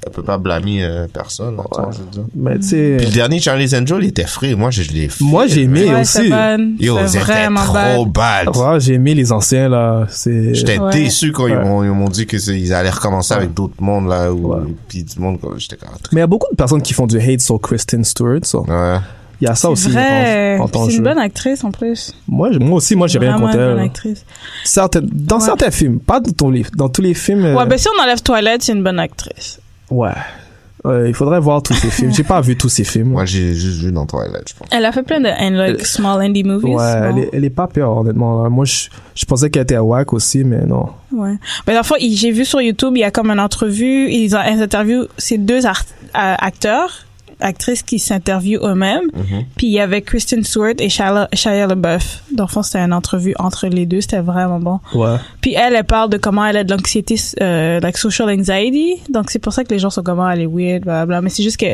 Speaker 5: Elle peut pas blâmer euh, personne, attends, je veux dire.
Speaker 4: Mais tu
Speaker 5: Puis le
Speaker 4: sais,
Speaker 5: dernier Charlie's Angel, il était frais. Moi, je l'ai fait.
Speaker 4: moi j'ai aimé
Speaker 6: Ouais, c'est
Speaker 4: aussi.
Speaker 6: pas-
Speaker 5: Yo,
Speaker 6: c'est
Speaker 5: c'était
Speaker 6: vraiment
Speaker 5: trop
Speaker 6: bad.
Speaker 5: bad.
Speaker 4: Ouais, j'ai aimé les anciens là, c'est
Speaker 5: J'étais
Speaker 6: Ouais.
Speaker 5: déçu quand ils
Speaker 4: Ouais.
Speaker 5: m'ont- ils m'ont dit qu'ils allaient recommencer avec d'autres mondes, là, ou. Puis du monde, quoi, j'étais quand même très-
Speaker 4: mais il y a beaucoup de personnes qui font du hate sur Kristen Stewart. so.
Speaker 5: Ouais.
Speaker 4: Il y a ça
Speaker 6: C'est
Speaker 4: aussi
Speaker 6: vrai.
Speaker 4: en, en tant
Speaker 6: C'est
Speaker 4: que
Speaker 6: une
Speaker 4: jeu.
Speaker 6: bonne actrice en plus.
Speaker 4: Moi, je- moi aussi, moi j'ai rien
Speaker 6: Vraiment
Speaker 4: contre
Speaker 6: une bonne
Speaker 4: elle.
Speaker 6: actrice.
Speaker 4: Certaines- dans
Speaker 6: Ouais.
Speaker 4: certains films, pas dans ton livre, dans tous les films. euh,
Speaker 6: Ouais, ben si on enlève Twilight, c'est une bonne actrice.
Speaker 4: ouais. Euh, il faudrait voir tous ces films. J'ai pas vu tous ces films.
Speaker 5: Moi, j'ai juste vu dans Twilight, je pense.
Speaker 6: Elle a fait plein de and, like, small indie movies.
Speaker 4: Euh, Ouais, elle
Speaker 6: bon.
Speaker 4: est, elle est pas pire, honnêtement. là. Moi, je, je pensais qu'elle était wack aussi, mais non.
Speaker 6: Ouais. Mais dans le fond, il- j'ai vu sur YouTube, il y a comme une entrevue, ils ont ils interviewent ces deux art- euh, acteurs, actrices qui s'interviewent eux-mêmes.
Speaker 4: Mm-hmm.
Speaker 6: Puis il y avait Kristen Stewart et Shia, Shia LaBeouf. Dans le fond, c'était une entrevue entre les deux, c'était vraiment bon.
Speaker 4: Ouais.
Speaker 6: Puis elle, elle parle de comment elle a de l'anxiété, euh, like social anxiety. Donc c'est pour ça que les gens sont comme, ah, elle est weird, blablabla. Mais c'est juste que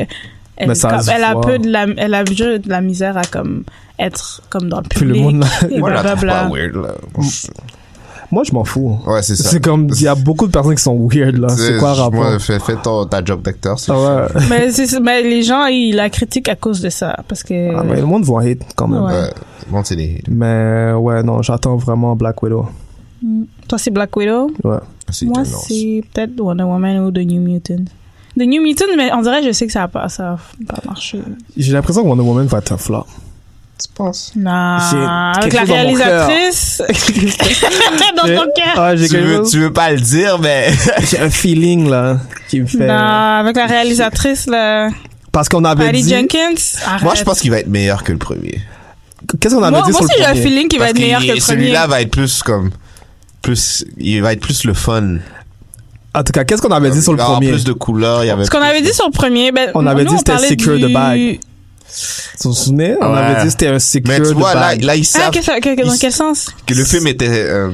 Speaker 6: elle,
Speaker 4: Mais ça
Speaker 6: comme-
Speaker 4: se
Speaker 6: elle a
Speaker 4: voit.
Speaker 6: peu de la, elle a juste de la misère à comme être comme dans le
Speaker 4: Puis
Speaker 6: public.
Speaker 4: le monde. Ah
Speaker 6: et
Speaker 5: Moi, je la trouve
Speaker 6: blablabla.
Speaker 5: pas weird, là.
Speaker 4: Moi, je m'en fous.
Speaker 5: Ouais, c'est ça.
Speaker 4: Mm. C'est comme, il y a beaucoup de personnes qui sont weird, là. C'est quoi le
Speaker 5: je-
Speaker 4: rapport?
Speaker 5: Moi, fais, fais ton, ta job d'acteur. c'est-
Speaker 4: Ah ouais.
Speaker 6: mais, c'est- mais les gens, ils la critiquent à cause de ça. Parce que.
Speaker 4: Ah, mais le monde voit hate quand même.
Speaker 6: Ouais.
Speaker 5: Ouais. Bon, c'est des.
Speaker 4: Mais ouais, non, j'attends vraiment Black Widow.
Speaker 6: Toi, c'est Black Widow.
Speaker 4: Ouais.
Speaker 5: c'est
Speaker 6: Moi,
Speaker 5: des lances.
Speaker 6: c'est peut-être Wonder Woman ou The New Mutant. The New Mutant, mais on dirait, je sais que ça va pas, ça va pas marcher.
Speaker 4: J'ai l'impression que Wonder Woman va être un flop.
Speaker 5: tu penses?
Speaker 6: Non.
Speaker 4: J'ai
Speaker 6: Avec
Speaker 4: quelque
Speaker 6: la
Speaker 4: chose dans mon cœur.
Speaker 6: réalisatrice. dans
Speaker 4: J'ai-
Speaker 6: ton cœur.
Speaker 4: Ah, j'ai
Speaker 5: Tu
Speaker 4: quelque
Speaker 5: veux,
Speaker 4: chose-
Speaker 5: tu veux pas le dire, mais.
Speaker 4: J'ai un feeling, là, qui me fait...
Speaker 6: Non, avec la réalisatrice, là.
Speaker 4: Parce qu'on avait
Speaker 6: Patty
Speaker 4: dit...
Speaker 6: Jenkins. Arrête.
Speaker 5: Moi, je pense qu'il va être meilleur que le premier.
Speaker 4: Qu'est-ce qu'on avait
Speaker 6: Moi,
Speaker 4: dit
Speaker 6: moi
Speaker 4: sur
Speaker 6: aussi, j'ai
Speaker 4: le
Speaker 6: un
Speaker 4: premier?
Speaker 6: feeling qu'il va
Speaker 5: Parce
Speaker 6: être meilleur
Speaker 5: qu'il-
Speaker 6: que le premier.
Speaker 5: Celui-là va être plus comme. Plus, il va être plus le fun.
Speaker 4: En tout cas, qu'est-ce qu'on avait dit sur
Speaker 5: il
Speaker 4: le
Speaker 5: va avoir
Speaker 4: premier?
Speaker 5: Ah, plus de couleurs. Il y avait
Speaker 6: Ce qu'on avait dit sur le premier, ben,
Speaker 4: On
Speaker 6: nous,
Speaker 4: avait dit
Speaker 6: on
Speaker 4: c'était
Speaker 6: parlait
Speaker 4: Secure
Speaker 6: du...
Speaker 4: the Bag. Tu vous souvenez? On
Speaker 5: Ouais.
Speaker 4: avait dit que c'était un secure
Speaker 5: Mais tu
Speaker 4: de
Speaker 5: vois, là,
Speaker 4: bag.
Speaker 5: là, ils
Speaker 6: Ah,
Speaker 5: savent
Speaker 6: que ça- que- que- dans
Speaker 5: Ils-
Speaker 6: quel sens?
Speaker 5: que le film était euh,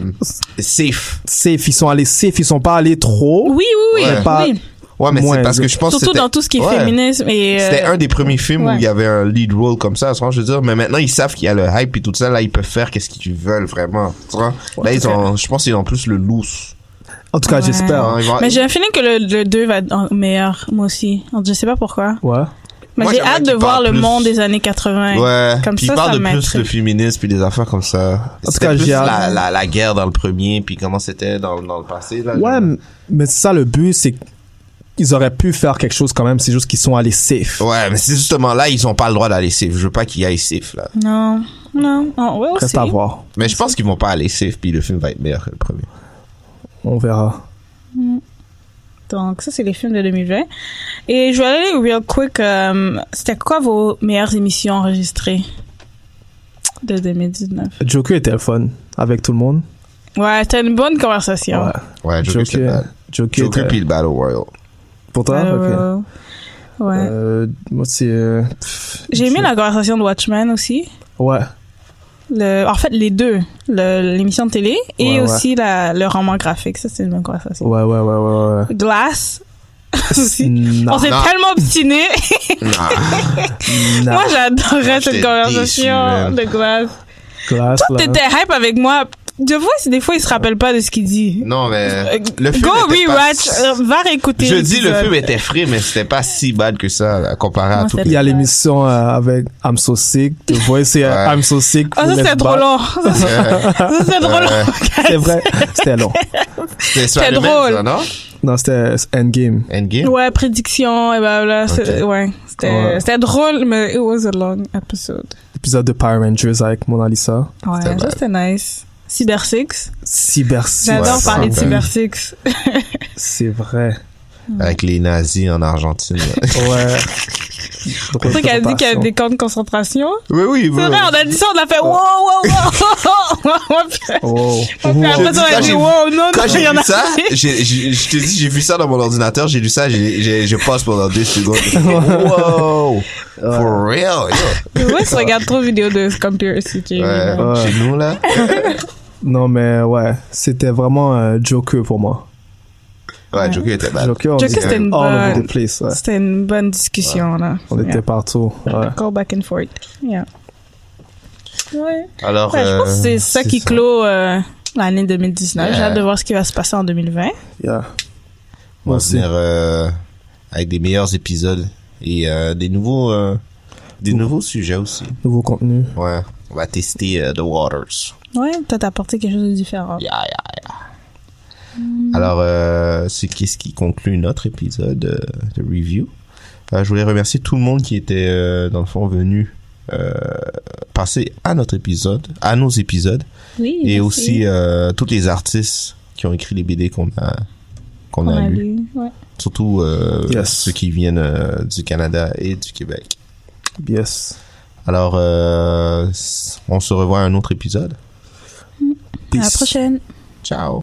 Speaker 5: safe.
Speaker 4: Safe, ils sont allés safe, ils sont pas allés trop.
Speaker 6: Oui, oui, oui.
Speaker 5: Ouais.
Speaker 4: Pas-
Speaker 6: oui.
Speaker 5: Ouais, mais
Speaker 4: Moins
Speaker 5: c'est parce
Speaker 4: de-
Speaker 5: que je pense que
Speaker 6: Surtout
Speaker 5: c'était-
Speaker 6: dans tout ce qui est
Speaker 5: Ouais.
Speaker 6: féminisme et. euh,
Speaker 5: C'était un des premiers films
Speaker 6: ouais.
Speaker 5: où il y avait un lead role comme ça, tu vois, je veux dire. Mais maintenant, ils savent qu'il y a le hype et tout ça. Là, ils peuvent faire qu'est-ce qu'ils veulent vraiment. tu vois. là, ils ont, je pense qu'ils ont plus le loose.
Speaker 4: En tout cas,
Speaker 6: Ouais.
Speaker 4: j'espère.
Speaker 5: Hein, ils vont-
Speaker 6: Mais j'ai un feeling que le 2 va être en- meilleur, moi aussi. Je sais pas pourquoi.
Speaker 4: Ouais.
Speaker 6: Mais
Speaker 5: Moi,
Speaker 6: j'ai
Speaker 5: j'aimerais
Speaker 6: hâte de
Speaker 5: qu'il
Speaker 6: voir
Speaker 5: parle
Speaker 6: le
Speaker 5: plus.
Speaker 6: monde des années 80.
Speaker 5: Ouais.
Speaker 6: Comme
Speaker 5: puis
Speaker 6: ça,
Speaker 5: ils parlent
Speaker 6: ça
Speaker 5: de plus
Speaker 6: m'intrigue.
Speaker 5: de féminisme puis des affaires comme ça.
Speaker 4: En tout
Speaker 5: C'était
Speaker 4: cas,
Speaker 5: plus
Speaker 4: j'ai hâte.
Speaker 5: la, la, la guerre dans le premier puis comment c'était dans, dans le passé. Là,
Speaker 4: Ouais,
Speaker 5: je-
Speaker 4: m- mais c'est ça le but, c'est qu'ils auraient pu faire quelque chose quand même, c'est juste qu'ils sont allés safe.
Speaker 5: Ouais, mais c'est justement là, ils ont pas le droit d'aller safe. Je veux pas qu'ils aillent safe, là.
Speaker 6: Non. Non. On va aussi.
Speaker 4: Reste à voir.
Speaker 5: Mais je pense qu'ils vont pas aller safe puis le film va être meilleur que le premier.
Speaker 4: On verra.
Speaker 6: Mm. Donc, ça, c'est les films de 2020. Et je vais aller real quick. euh, C'était quoi vos meilleures émissions enregistrées de 2019?
Speaker 4: Joker était le fun avec tout le monde.
Speaker 6: Ouais, c'était une bonne conversation.
Speaker 4: Ouais.
Speaker 5: Ouais, Joker, c'est
Speaker 4: Joker,
Speaker 5: bad.
Speaker 4: Joker,
Speaker 5: Joker
Speaker 4: était-
Speaker 5: puis le Battle Royale.
Speaker 4: pour toi.
Speaker 6: Alors,
Speaker 4: ok.
Speaker 6: euh, ouais.
Speaker 4: Euh, moi c'est. euh, pff,
Speaker 6: J'ai aimé
Speaker 4: je-
Speaker 6: la conversation de Watchmen aussi.
Speaker 4: Ouais.
Speaker 6: Le, en fait, les deux. Le- L'émission de télé et
Speaker 4: Ouais, ouais.
Speaker 6: aussi la, le roman graphique. Ça, c'est une bonne conversation.
Speaker 4: Ouais, ouais, ouais, ouais, ouais.
Speaker 6: Glass. aussi.
Speaker 4: Non,
Speaker 6: On s'est
Speaker 5: Non.
Speaker 6: tellement obstinés.
Speaker 5: Nah.
Speaker 4: non.
Speaker 6: moi, j'adorais
Speaker 5: Moi,
Speaker 6: cette
Speaker 5: j'étais
Speaker 6: conversation
Speaker 5: déçu, man.
Speaker 6: de Glass.
Speaker 4: Classe, là.
Speaker 6: T'étais hype avec moi. Je vois si des fois, il se rappelle pas de ce qu'il dit.
Speaker 5: non, mais
Speaker 6: Euh,
Speaker 5: le film
Speaker 6: Go
Speaker 5: était pas-
Speaker 6: rewatch. euh, Va réécouter.
Speaker 5: Je dis le
Speaker 6: l'épisode.
Speaker 5: film était frais, mais c'était pas si bad que ça, là, comparé à
Speaker 6: Moi,
Speaker 5: tout.
Speaker 6: c'était-
Speaker 4: Il y a l'émission euh, avec I'm So Sick. Tu vois, c'est euh,
Speaker 5: Ouais.
Speaker 4: I'm So Sick.
Speaker 6: Ah, ça,
Speaker 4: Let's
Speaker 6: c'était trop
Speaker 4: Back.
Speaker 6: long. Ça, c'est- ça, c'était trop long.
Speaker 5: Ouais.
Speaker 4: C'est vrai. C'était long.
Speaker 5: C'était
Speaker 6: drôle.
Speaker 5: drôle. Ça, non?
Speaker 4: Non, c'était Endgame.
Speaker 5: Endgame?
Speaker 6: Ouais, prédiction, et ben là, c'est- ouais, c'était
Speaker 4: Ouais.
Speaker 6: c'était drôle, mais it was a long episode.
Speaker 4: Épisode de Power Rangers avec Mona Lisa.
Speaker 6: Ouais,
Speaker 5: C'était
Speaker 6: ça
Speaker 5: bad.
Speaker 6: c'était nice. Cyber Six,
Speaker 4: Cyber Six.
Speaker 6: j'adore
Speaker 5: ouais,
Speaker 6: parler de
Speaker 5: ouais.
Speaker 6: Cyber Six.
Speaker 4: C'est vrai.
Speaker 5: Avec les nazis en Argentine. là.
Speaker 4: Ouais.
Speaker 6: C'est pour ça qu'elle a dit qu'il y a des camps de concentration.
Speaker 5: oui, oui, oui.
Speaker 6: C'est vrai, on a dit ça, on a fait wow, wow, wow, wow. Puis
Speaker 4: Oh.
Speaker 6: après, on a
Speaker 5: Quand
Speaker 6: dit
Speaker 5: j'ai-
Speaker 6: wow, non, non,
Speaker 5: Quand
Speaker 6: il
Speaker 5: j'ai
Speaker 6: y en
Speaker 5: vu
Speaker 6: a.
Speaker 5: ça, j'ai- j'ai- je te dis, j'ai vu ça dans mon ordinateur, j'ai lu ça, j'ai- j'ai- je passe pendant deux secondes. Wow! For real? yo.
Speaker 6: Ouais, je regarde trop de vidéos de Conspiracy Theory.
Speaker 5: Ouais.
Speaker 6: man.
Speaker 4: Ouais.
Speaker 5: Chez nous, là.
Speaker 4: Non, mais ouais. C'était vraiment euh, Joker pour moi.
Speaker 5: Ouais, Joker était bad.
Speaker 4: Joker, on
Speaker 6: Joker,
Speaker 4: était
Speaker 6: c'était une
Speaker 4: all over
Speaker 6: bonne-
Speaker 4: the place. Ouais.
Speaker 6: C'était une bonne discussion, là.
Speaker 4: On était partout. Ouais.
Speaker 6: Yeah. Go back and forth. Yeah. Ouais.
Speaker 5: Alors,
Speaker 6: Ouais, je pense que c'est
Speaker 5: euh,
Speaker 6: ça qui clôt euh, l'année 2019.
Speaker 5: Yeah.
Speaker 6: J'ai hâte de voir ce qui va se passer en 2020.
Speaker 4: Yeah.
Speaker 5: On
Speaker 4: Moi
Speaker 5: va
Speaker 4: aussi.
Speaker 5: venir euh, avec des meilleurs épisodes et euh, des nouveaux euh, des nouveaux sujets aussi.
Speaker 4: Nouveau contenu.
Speaker 5: Ouais, on va tester euh, The Waters.
Speaker 6: Ouais, toi, t'as apporté quelque chose de différent.
Speaker 5: Yeah, yeah, yeah. Alors, euh, c'est qu'est-ce qui conclut notre épisode euh, de review. Euh, je voulais remercier tout le monde qui était euh, dans le fond venu euh, passer à notre épisode, à nos épisodes,
Speaker 6: Oui.
Speaker 5: et
Speaker 6: merci.
Speaker 5: aussi euh, toutes les artistes qui ont écrit les BD qu'on a qu'on
Speaker 6: On
Speaker 5: a,
Speaker 6: a
Speaker 5: lu.
Speaker 6: lu. Ouais.
Speaker 5: surtout euh,
Speaker 4: Yes.
Speaker 5: ceux qui viennent euh, du Canada et du Québec.
Speaker 4: Yes.
Speaker 5: Alors, euh, s- on se revoit à un autre épisode.
Speaker 6: À la prochaine.
Speaker 5: Ciao.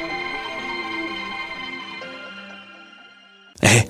Speaker 7: Hey, je Eh,